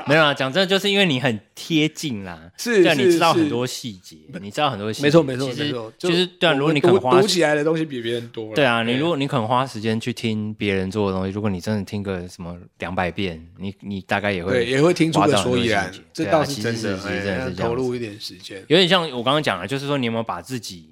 [SPEAKER 1] 没有啊，讲真的，就是因为你很贴近啦，
[SPEAKER 2] 是
[SPEAKER 1] 对啊，
[SPEAKER 2] 是
[SPEAKER 1] 你知道
[SPEAKER 2] 是
[SPEAKER 1] 很多细节，你知道很多细节，
[SPEAKER 2] 没错没错
[SPEAKER 1] 其实
[SPEAKER 2] 没错，
[SPEAKER 1] 其实对啊，
[SPEAKER 2] 我
[SPEAKER 1] 如果你肯
[SPEAKER 2] 读
[SPEAKER 1] 花
[SPEAKER 2] 读起来的东西比别人多了，
[SPEAKER 1] 对啊，你如果你肯花时间去听别人做的东西，如果你真的听个什么两百遍，你你大概也会
[SPEAKER 2] 对也会听出
[SPEAKER 1] 挖
[SPEAKER 2] 个
[SPEAKER 1] 到很
[SPEAKER 2] 所
[SPEAKER 1] 多
[SPEAKER 2] 以然
[SPEAKER 1] 细节，
[SPEAKER 2] 这
[SPEAKER 1] 对啊
[SPEAKER 2] 倒
[SPEAKER 1] 其
[SPEAKER 2] 是
[SPEAKER 1] 实
[SPEAKER 2] 真的，
[SPEAKER 1] 其实真
[SPEAKER 2] 哎
[SPEAKER 1] 的
[SPEAKER 2] 要
[SPEAKER 1] 是这样
[SPEAKER 2] 投
[SPEAKER 1] 子
[SPEAKER 2] 入一点时间
[SPEAKER 1] 有点像我刚刚讲的，就是说你有没有把自己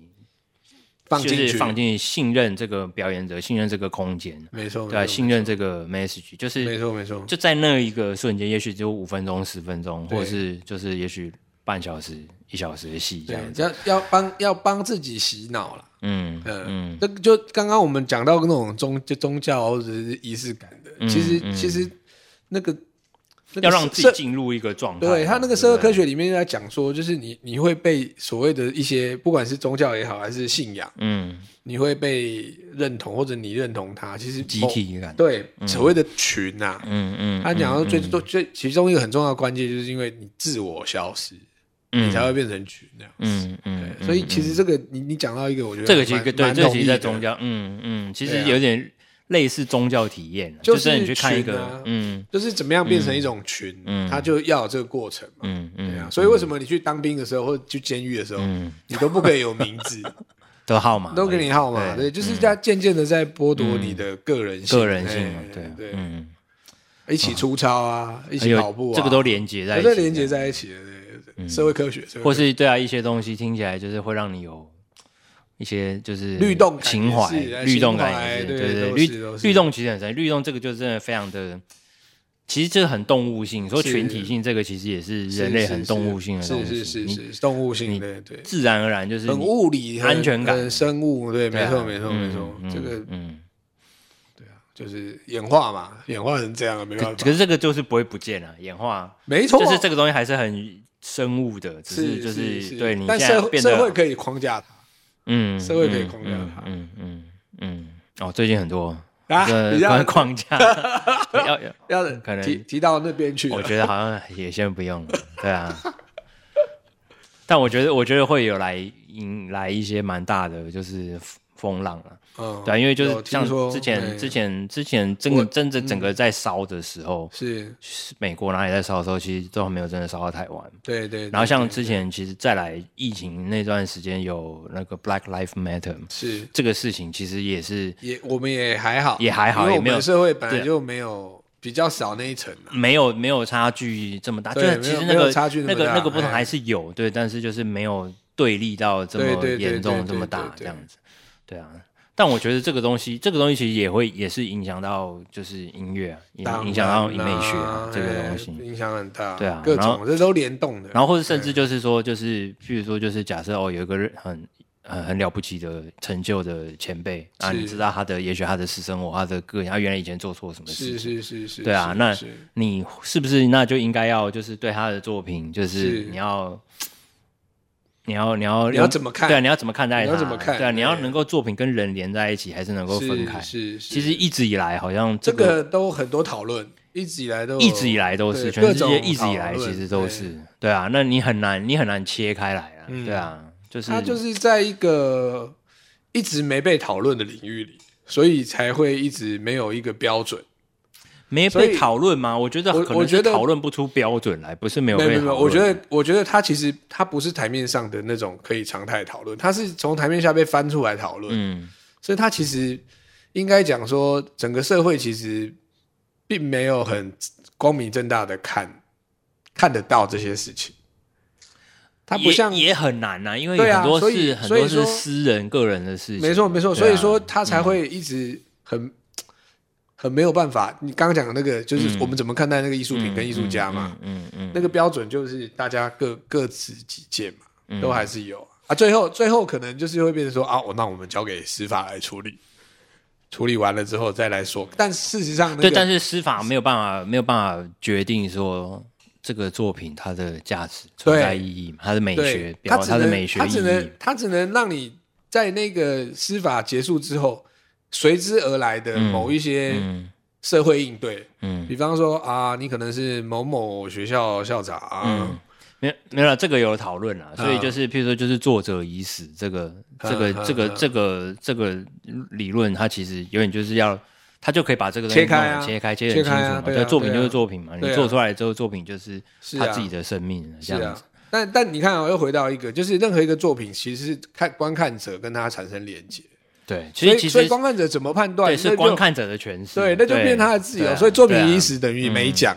[SPEAKER 2] 放
[SPEAKER 1] 就
[SPEAKER 2] 进
[SPEAKER 1] 是
[SPEAKER 2] 去，
[SPEAKER 1] 放进去信任这个表演者，信任这个空间，
[SPEAKER 2] 没错，
[SPEAKER 1] 对啊，
[SPEAKER 2] 哦没错
[SPEAKER 1] 信任这个 message，就
[SPEAKER 2] 没
[SPEAKER 1] 是
[SPEAKER 2] 错没错，
[SPEAKER 1] 就在那一个瞬间，也许只有五分钟、十分钟，
[SPEAKER 2] 对
[SPEAKER 1] 或者是就是也许半小时、一小时的戏这
[SPEAKER 2] 对
[SPEAKER 1] 样，子，
[SPEAKER 2] 要要帮要帮自己洗脑了。
[SPEAKER 1] 嗯
[SPEAKER 2] 嗯
[SPEAKER 1] 嗯，
[SPEAKER 2] 那就刚刚我们讲到那种宗就宗教或者是仪式感的，
[SPEAKER 1] 嗯
[SPEAKER 2] 其实、
[SPEAKER 1] 嗯
[SPEAKER 2] 其实那个那个
[SPEAKER 1] 要让自己
[SPEAKER 2] 社
[SPEAKER 1] 进入一个状态嘛。
[SPEAKER 2] 对他那个社会
[SPEAKER 1] 对不对
[SPEAKER 2] 科，学里面在讲说，就是你你会被所谓的一些不管是宗教也好还是信仰，
[SPEAKER 1] 嗯，
[SPEAKER 2] 你会被认同或者你认同他，其实
[SPEAKER 1] 集体感
[SPEAKER 2] 某，对所谓的群啊，
[SPEAKER 1] 嗯嗯，
[SPEAKER 2] 他讲到最
[SPEAKER 1] 嗯
[SPEAKER 2] 最最其中一个很重要的关键，就是因为你自我消失，你才会变成群那样。
[SPEAKER 1] 嗯嗯，
[SPEAKER 2] 所以其
[SPEAKER 1] 实。
[SPEAKER 2] 实这个你你讲到一个，我觉得
[SPEAKER 1] 这个其实
[SPEAKER 2] 蛮
[SPEAKER 1] 跟对，
[SPEAKER 2] 蛮
[SPEAKER 1] 这个
[SPEAKER 2] 同
[SPEAKER 1] 其
[SPEAKER 2] 意
[SPEAKER 1] 实在
[SPEAKER 2] 的
[SPEAKER 1] 宗教，嗯嗯，其
[SPEAKER 2] 对
[SPEAKER 1] 实
[SPEAKER 2] 啊
[SPEAKER 1] 有点类似宗教体验，啊
[SPEAKER 2] 就
[SPEAKER 1] 就是是你去看一
[SPEAKER 2] 群
[SPEAKER 1] 个
[SPEAKER 2] 啊，
[SPEAKER 1] 嗯
[SPEAKER 2] 就是怎么样变成一种群，
[SPEAKER 1] 嗯
[SPEAKER 2] 他就要有这个过程嘛。
[SPEAKER 1] 嗯
[SPEAKER 2] 对啊，
[SPEAKER 1] 嗯，
[SPEAKER 2] 所以为什么你去当兵的时候或者去监狱的时候，
[SPEAKER 1] 嗯
[SPEAKER 2] 你都不可以有名 字，
[SPEAKER 1] 的号码
[SPEAKER 2] 都给你号码，
[SPEAKER 1] 对
[SPEAKER 2] 对，
[SPEAKER 1] 嗯
[SPEAKER 2] 就是在渐渐的在剥夺你的个人性，
[SPEAKER 1] 个人性嘛
[SPEAKER 2] 哎，
[SPEAKER 1] 对
[SPEAKER 2] 对，
[SPEAKER 1] 嗯，
[SPEAKER 2] 一起出操啊，一
[SPEAKER 1] 一
[SPEAKER 2] 起跑步啊，
[SPEAKER 1] 这个都连接在一
[SPEAKER 2] 都
[SPEAKER 1] 起
[SPEAKER 2] 在
[SPEAKER 1] 的，
[SPEAKER 2] 连接在一起的，对对，社会科学，社会
[SPEAKER 1] 或
[SPEAKER 2] 科学
[SPEAKER 1] 是对啊，一些东西听起来就是会让你有。一些就是
[SPEAKER 2] 律动感
[SPEAKER 1] 情
[SPEAKER 2] 也
[SPEAKER 1] 怀
[SPEAKER 2] 是哎，
[SPEAKER 1] 律动感
[SPEAKER 2] 情怀
[SPEAKER 1] 也是，
[SPEAKER 2] 对
[SPEAKER 1] 对
[SPEAKER 2] 都
[SPEAKER 1] 律
[SPEAKER 2] 是都是
[SPEAKER 1] 律动其实很神奇，律动这个就真的非常的，其实这很动物性，说
[SPEAKER 2] 是
[SPEAKER 1] 群体性这个其实也是
[SPEAKER 2] 是
[SPEAKER 1] 人类
[SPEAKER 2] 是
[SPEAKER 1] 很
[SPEAKER 2] 是
[SPEAKER 1] 动物性的东
[SPEAKER 2] 是
[SPEAKER 1] 西，
[SPEAKER 2] 是是
[SPEAKER 1] 你
[SPEAKER 2] 是是动物性
[SPEAKER 1] 你
[SPEAKER 2] 的，对，
[SPEAKER 1] 自然而然就是
[SPEAKER 2] 很
[SPEAKER 1] 你
[SPEAKER 2] 物理很
[SPEAKER 1] 安全感
[SPEAKER 2] 很生物，对，
[SPEAKER 1] 对
[SPEAKER 2] 没
[SPEAKER 1] 啊
[SPEAKER 2] 错没错没错，
[SPEAKER 1] 嗯
[SPEAKER 2] 这个
[SPEAKER 1] 嗯，
[SPEAKER 2] 就是演化嘛，演化成这样了，啊没办
[SPEAKER 1] 可
[SPEAKER 2] 法
[SPEAKER 1] 可，是这个就是不会不见啊，演化
[SPEAKER 2] 没错，
[SPEAKER 1] 就是这个东西还是很生物的，只
[SPEAKER 2] 是
[SPEAKER 1] 就是对你
[SPEAKER 2] 但
[SPEAKER 1] 现
[SPEAKER 2] 社
[SPEAKER 1] 在
[SPEAKER 2] 会
[SPEAKER 1] 变
[SPEAKER 2] 社会
[SPEAKER 1] 得
[SPEAKER 2] 可以框架它
[SPEAKER 1] 嗯，
[SPEAKER 2] 社会可以
[SPEAKER 1] 嗯
[SPEAKER 2] 框架它
[SPEAKER 1] 嗯嗯嗯嗯，哦，最近很多
[SPEAKER 2] 啊，
[SPEAKER 1] 这
[SPEAKER 2] 你让
[SPEAKER 1] 呃关框 架要要，
[SPEAKER 2] 要
[SPEAKER 1] 可能哦
[SPEAKER 2] 提提到那边去了，
[SPEAKER 1] 我觉得好像也先不用了，对啊。但我觉得，我觉得会有来引来一些蛮大的，就是风浪啊。
[SPEAKER 2] 嗯，
[SPEAKER 1] 对啊，因为就
[SPEAKER 2] 有
[SPEAKER 1] 是
[SPEAKER 2] 听
[SPEAKER 1] 像
[SPEAKER 2] 说
[SPEAKER 1] 之
[SPEAKER 2] 哎嗯
[SPEAKER 1] 前、之前、之前，整个真正整个在烧的时候，
[SPEAKER 2] 是
[SPEAKER 1] 是美国哪里在烧的时候，其实都还没有真的烧到台湾。
[SPEAKER 2] 对对，
[SPEAKER 1] 然后像
[SPEAKER 2] 对
[SPEAKER 1] 之前其实再来疫情那段时间有那个 Black Life Matter
[SPEAKER 2] 是
[SPEAKER 1] 这个事情，其实也是
[SPEAKER 2] 也我们也还好，
[SPEAKER 1] 也还好
[SPEAKER 2] 因为我
[SPEAKER 1] 也没有
[SPEAKER 2] 们社会本来
[SPEAKER 1] 对
[SPEAKER 2] 就没有比较少那一层啊，
[SPEAKER 1] 没有没有差距这么大，就
[SPEAKER 2] 对
[SPEAKER 1] 是其
[SPEAKER 2] 没
[SPEAKER 1] 实
[SPEAKER 2] 有
[SPEAKER 1] 那
[SPEAKER 2] 没有
[SPEAKER 1] 个
[SPEAKER 2] 差距那么
[SPEAKER 1] 那个
[SPEAKER 2] 大
[SPEAKER 1] 那个不同
[SPEAKER 2] 哎
[SPEAKER 1] 还是有对，但是就是没有对立到这
[SPEAKER 2] 对
[SPEAKER 1] 么
[SPEAKER 2] 对对
[SPEAKER 1] 严
[SPEAKER 2] 对
[SPEAKER 1] 重这
[SPEAKER 2] 对
[SPEAKER 1] 么
[SPEAKER 2] 对
[SPEAKER 1] 大
[SPEAKER 2] 对
[SPEAKER 1] 这样子，对啊。但我觉得这个东西，这个东西其实也会也是影响到就是音乐、啊，影
[SPEAKER 2] 当
[SPEAKER 1] 影响到
[SPEAKER 2] 然
[SPEAKER 1] 美学、啊
[SPEAKER 2] 啦
[SPEAKER 1] 这个
[SPEAKER 2] 哎
[SPEAKER 1] 东西。
[SPEAKER 2] 影响很大，
[SPEAKER 1] 对啊
[SPEAKER 2] 各
[SPEAKER 1] 然
[SPEAKER 2] 种
[SPEAKER 1] 后
[SPEAKER 2] 这都联动的，
[SPEAKER 1] 然后或者甚至就是说，就是譬如说，就是假设哦，有一个人很很很了不起的成就的前辈啊，
[SPEAKER 2] 是
[SPEAKER 1] 你知道他的，也许他的私生活，他的个性，他啊原来以前做错什么
[SPEAKER 2] 是
[SPEAKER 1] 事，
[SPEAKER 2] 是是是，
[SPEAKER 1] 对啊
[SPEAKER 2] 是
[SPEAKER 1] 那
[SPEAKER 2] 是
[SPEAKER 1] 你是不是那就应该要就是对他的作品，就是
[SPEAKER 2] 是
[SPEAKER 1] 你要。你要你要
[SPEAKER 2] 你要怎么看
[SPEAKER 1] 对啊，你要怎么看待
[SPEAKER 2] 你
[SPEAKER 1] 他？
[SPEAKER 2] 要怎么看
[SPEAKER 1] 对啊，你要
[SPEAKER 2] 对
[SPEAKER 1] 能够作品跟人连在一起，还是能够分开？
[SPEAKER 2] 是是是，
[SPEAKER 1] 其实一直以来，好像
[SPEAKER 2] 这
[SPEAKER 1] 这个
[SPEAKER 2] 个都很多讨论，一直以来都有
[SPEAKER 1] 一直以来都是，
[SPEAKER 2] 对
[SPEAKER 1] 全世
[SPEAKER 2] 各
[SPEAKER 1] 界
[SPEAKER 2] 种
[SPEAKER 1] 一直以来
[SPEAKER 2] 讨论
[SPEAKER 1] 其实都是，对啊。那你很难，你很难切开来啊，
[SPEAKER 2] 嗯
[SPEAKER 1] 对啊，就是
[SPEAKER 2] 他就是在一个一直没被讨论的领域里，所以才会一直没有一个标准。
[SPEAKER 1] 没
[SPEAKER 2] 所以
[SPEAKER 1] 被讨论吗？我觉得
[SPEAKER 2] 我
[SPEAKER 1] 可
[SPEAKER 2] 我
[SPEAKER 1] 能
[SPEAKER 2] 觉
[SPEAKER 1] 是
[SPEAKER 2] 得
[SPEAKER 1] 讨论不出标准来，不是没有
[SPEAKER 2] 没
[SPEAKER 1] 被
[SPEAKER 2] 有
[SPEAKER 1] 讨
[SPEAKER 2] 没有
[SPEAKER 1] 论。
[SPEAKER 2] 没有，我觉得我觉得他其实他不是台面上的那种可以常态讨论，他是从台面下被翻出来讨论，
[SPEAKER 1] 嗯
[SPEAKER 2] 所以他其实应该讲说，整个社会其实并没有很光明正大的看看得到这些事情。他不
[SPEAKER 1] 也
[SPEAKER 2] 像
[SPEAKER 1] 也很难呐、因为
[SPEAKER 2] 对啊
[SPEAKER 1] 很多
[SPEAKER 2] 所以
[SPEAKER 1] 是很
[SPEAKER 2] 所以
[SPEAKER 1] 多是
[SPEAKER 2] 说
[SPEAKER 1] 私人个人的事情，
[SPEAKER 2] 没错，没错，
[SPEAKER 1] 对
[SPEAKER 2] 所
[SPEAKER 1] 啊嗯
[SPEAKER 2] 以说他才会一直很、很没有办法。你刚刚讲的那个，就是我们怎么看待那个艺术品跟艺术家嘛？，
[SPEAKER 1] 嗯嗯嗯嗯
[SPEAKER 2] 那个标准就是大家各各持己见嘛，
[SPEAKER 1] 嗯
[SPEAKER 2] 都还是有啊。最后最后可能就是会变成说啊，我那我们交给司法来处理，处理完了之后再来说。但事实上、那个，
[SPEAKER 1] 对，但
[SPEAKER 2] 是
[SPEAKER 1] 是司法没有办法没有办法决定说这个作品它的价值存在意义嘛，它的美学
[SPEAKER 2] 对，
[SPEAKER 1] 标，
[SPEAKER 2] 只
[SPEAKER 1] 它的美
[SPEAKER 2] 能
[SPEAKER 1] 学
[SPEAKER 2] 他
[SPEAKER 1] 意
[SPEAKER 2] 只
[SPEAKER 1] 义
[SPEAKER 2] 能，他只能让你在那个司法结束之后，随之而来的某一些
[SPEAKER 1] 嗯
[SPEAKER 2] 社会应对。
[SPEAKER 1] 嗯，
[SPEAKER 2] 比方说啊，你可能是某某学校校长，
[SPEAKER 1] 嗯没没有了，这个有讨论了，所以就是譬如说，就是作者已死这个这个这个这个这个理论，它其实有点就是要，它就可以把这个东西
[SPEAKER 2] 切开啊
[SPEAKER 1] 弄得切开切得很清
[SPEAKER 2] 切开
[SPEAKER 1] 楚
[SPEAKER 2] 啊
[SPEAKER 1] 嘛，
[SPEAKER 2] 对
[SPEAKER 1] 就
[SPEAKER 2] 啊
[SPEAKER 1] 作品
[SPEAKER 2] 对啊
[SPEAKER 1] 就是作品嘛，你
[SPEAKER 2] 对啊
[SPEAKER 1] 做出来之后，作品就是
[SPEAKER 2] 是啊
[SPEAKER 1] 他自己的生命了
[SPEAKER 2] 是
[SPEAKER 1] 这样
[SPEAKER 2] 啊
[SPEAKER 1] 子，。
[SPEAKER 2] 但但你看啊、又回到一个，就是任何一个作品，其实是看观看者跟他产生连接。
[SPEAKER 1] 对，其
[SPEAKER 2] 所以
[SPEAKER 1] 实其
[SPEAKER 2] 所以
[SPEAKER 1] 实
[SPEAKER 2] 观看者怎么判断？
[SPEAKER 1] 对
[SPEAKER 2] 那
[SPEAKER 1] 是
[SPEAKER 2] 就
[SPEAKER 1] 观看者的啊诠释，
[SPEAKER 2] 对，那就变他的自由。所以作品已，死等于
[SPEAKER 1] 啊
[SPEAKER 2] 没讲，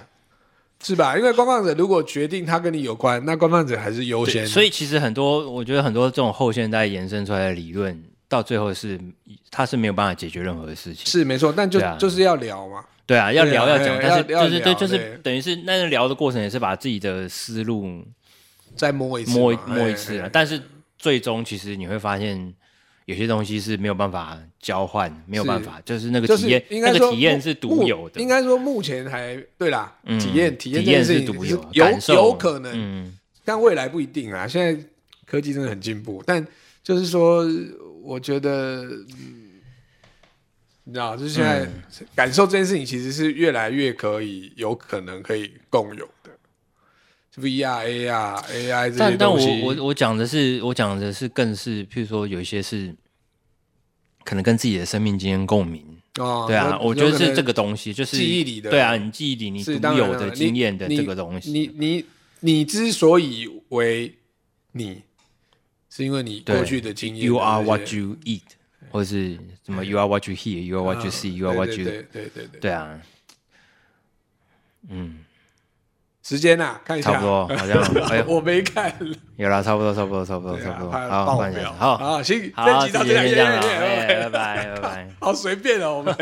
[SPEAKER 2] 是吧？因为观看者如果决定他跟你有关，那观看者还是优
[SPEAKER 1] 对啊对
[SPEAKER 2] 先。
[SPEAKER 1] 所以其实很多我觉得很多这种后现代延伸出来的理论，到最后是它是没有办法解决任何的事情。
[SPEAKER 2] 是没错，但就、
[SPEAKER 1] 对啊
[SPEAKER 2] 就是要聊嘛。
[SPEAKER 1] 对啊，要
[SPEAKER 2] 对啊
[SPEAKER 1] 聊要讲，
[SPEAKER 2] 哎
[SPEAKER 1] 但是
[SPEAKER 2] 要
[SPEAKER 1] 就是
[SPEAKER 2] 要
[SPEAKER 1] 对，
[SPEAKER 2] 聊
[SPEAKER 1] 就是
[SPEAKER 2] 对
[SPEAKER 1] 等于是那个聊的过程也是把自己的思路
[SPEAKER 2] 再摸一次嘛，
[SPEAKER 1] 摸一
[SPEAKER 2] 哎
[SPEAKER 1] 摸一次啊了，
[SPEAKER 2] 哎
[SPEAKER 1] 但是最终其实你会发现。有些东西是没有办法交换，没有办法，就是那个
[SPEAKER 2] 就
[SPEAKER 1] 体
[SPEAKER 2] 是
[SPEAKER 1] 验，
[SPEAKER 2] 应
[SPEAKER 1] 那
[SPEAKER 2] 该
[SPEAKER 1] 个
[SPEAKER 2] 说
[SPEAKER 1] 体验
[SPEAKER 2] 目
[SPEAKER 1] 是独有的
[SPEAKER 2] 目应，该说目前还对啦，
[SPEAKER 1] 嗯
[SPEAKER 2] 体验体
[SPEAKER 1] 体
[SPEAKER 2] 验这件
[SPEAKER 1] 验
[SPEAKER 2] 事
[SPEAKER 1] 是
[SPEAKER 2] 情
[SPEAKER 1] 独有的，
[SPEAKER 2] 有
[SPEAKER 1] 感受
[SPEAKER 2] 有可能，
[SPEAKER 1] 嗯，
[SPEAKER 2] 但未来不一定啊。现在科技真的很进步，但就是说，我觉得，嗯你知道，就是现在
[SPEAKER 1] 嗯
[SPEAKER 2] 感受这件事情，其实是越来越可以，有可能可以共有的。VR、AR、AI 这
[SPEAKER 1] 但
[SPEAKER 2] 些
[SPEAKER 1] 但我
[SPEAKER 2] 东西，
[SPEAKER 1] 我我讲的是，我讲的是更是，譬如说有一些是可能跟自己的生命经验共鸣，
[SPEAKER 2] 哦，
[SPEAKER 1] 对啊，
[SPEAKER 2] 有
[SPEAKER 1] 我觉得
[SPEAKER 2] 有可
[SPEAKER 1] 是
[SPEAKER 2] 能
[SPEAKER 1] 这个东西，就是
[SPEAKER 2] 记忆里的
[SPEAKER 1] 对啊，你记忆里你
[SPEAKER 2] 是
[SPEAKER 1] 独
[SPEAKER 2] 当然
[SPEAKER 1] 有
[SPEAKER 2] 了
[SPEAKER 1] 的
[SPEAKER 2] 你
[SPEAKER 1] 经验的
[SPEAKER 2] 你
[SPEAKER 1] 这个东西，啊
[SPEAKER 2] 你你你之所以为你，是因为你
[SPEAKER 1] 对
[SPEAKER 2] 过去的经验。啊
[SPEAKER 1] You are
[SPEAKER 2] 对
[SPEAKER 1] what you eat，或者是什么 You are what you hear, You are
[SPEAKER 2] 不对
[SPEAKER 1] what you see, You are
[SPEAKER 2] 啊对
[SPEAKER 1] what
[SPEAKER 2] 嗯对
[SPEAKER 1] you
[SPEAKER 2] 对对对对。
[SPEAKER 1] 对啊，嗯，
[SPEAKER 2] 时间啊，看一下，
[SPEAKER 1] 差不 多，好像哎呦，
[SPEAKER 2] 我没看。
[SPEAKER 1] 有啦，差不多，差不多，差不多，
[SPEAKER 2] 对
[SPEAKER 1] 差
[SPEAKER 2] 啊
[SPEAKER 1] 不多，
[SPEAKER 2] 怕
[SPEAKER 1] 好，
[SPEAKER 2] 爆
[SPEAKER 1] 换一
[SPEAKER 2] 表
[SPEAKER 1] 下， 好，
[SPEAKER 2] 好，行，
[SPEAKER 1] 好，
[SPEAKER 2] 这集
[SPEAKER 1] 这哎
[SPEAKER 2] 到
[SPEAKER 1] 集
[SPEAKER 2] 这
[SPEAKER 1] 先
[SPEAKER 2] 里，
[SPEAKER 1] 这样了，
[SPEAKER 2] 耶耶耶
[SPEAKER 1] 哎拜拜，拜拜。
[SPEAKER 2] 好随便哦，我们。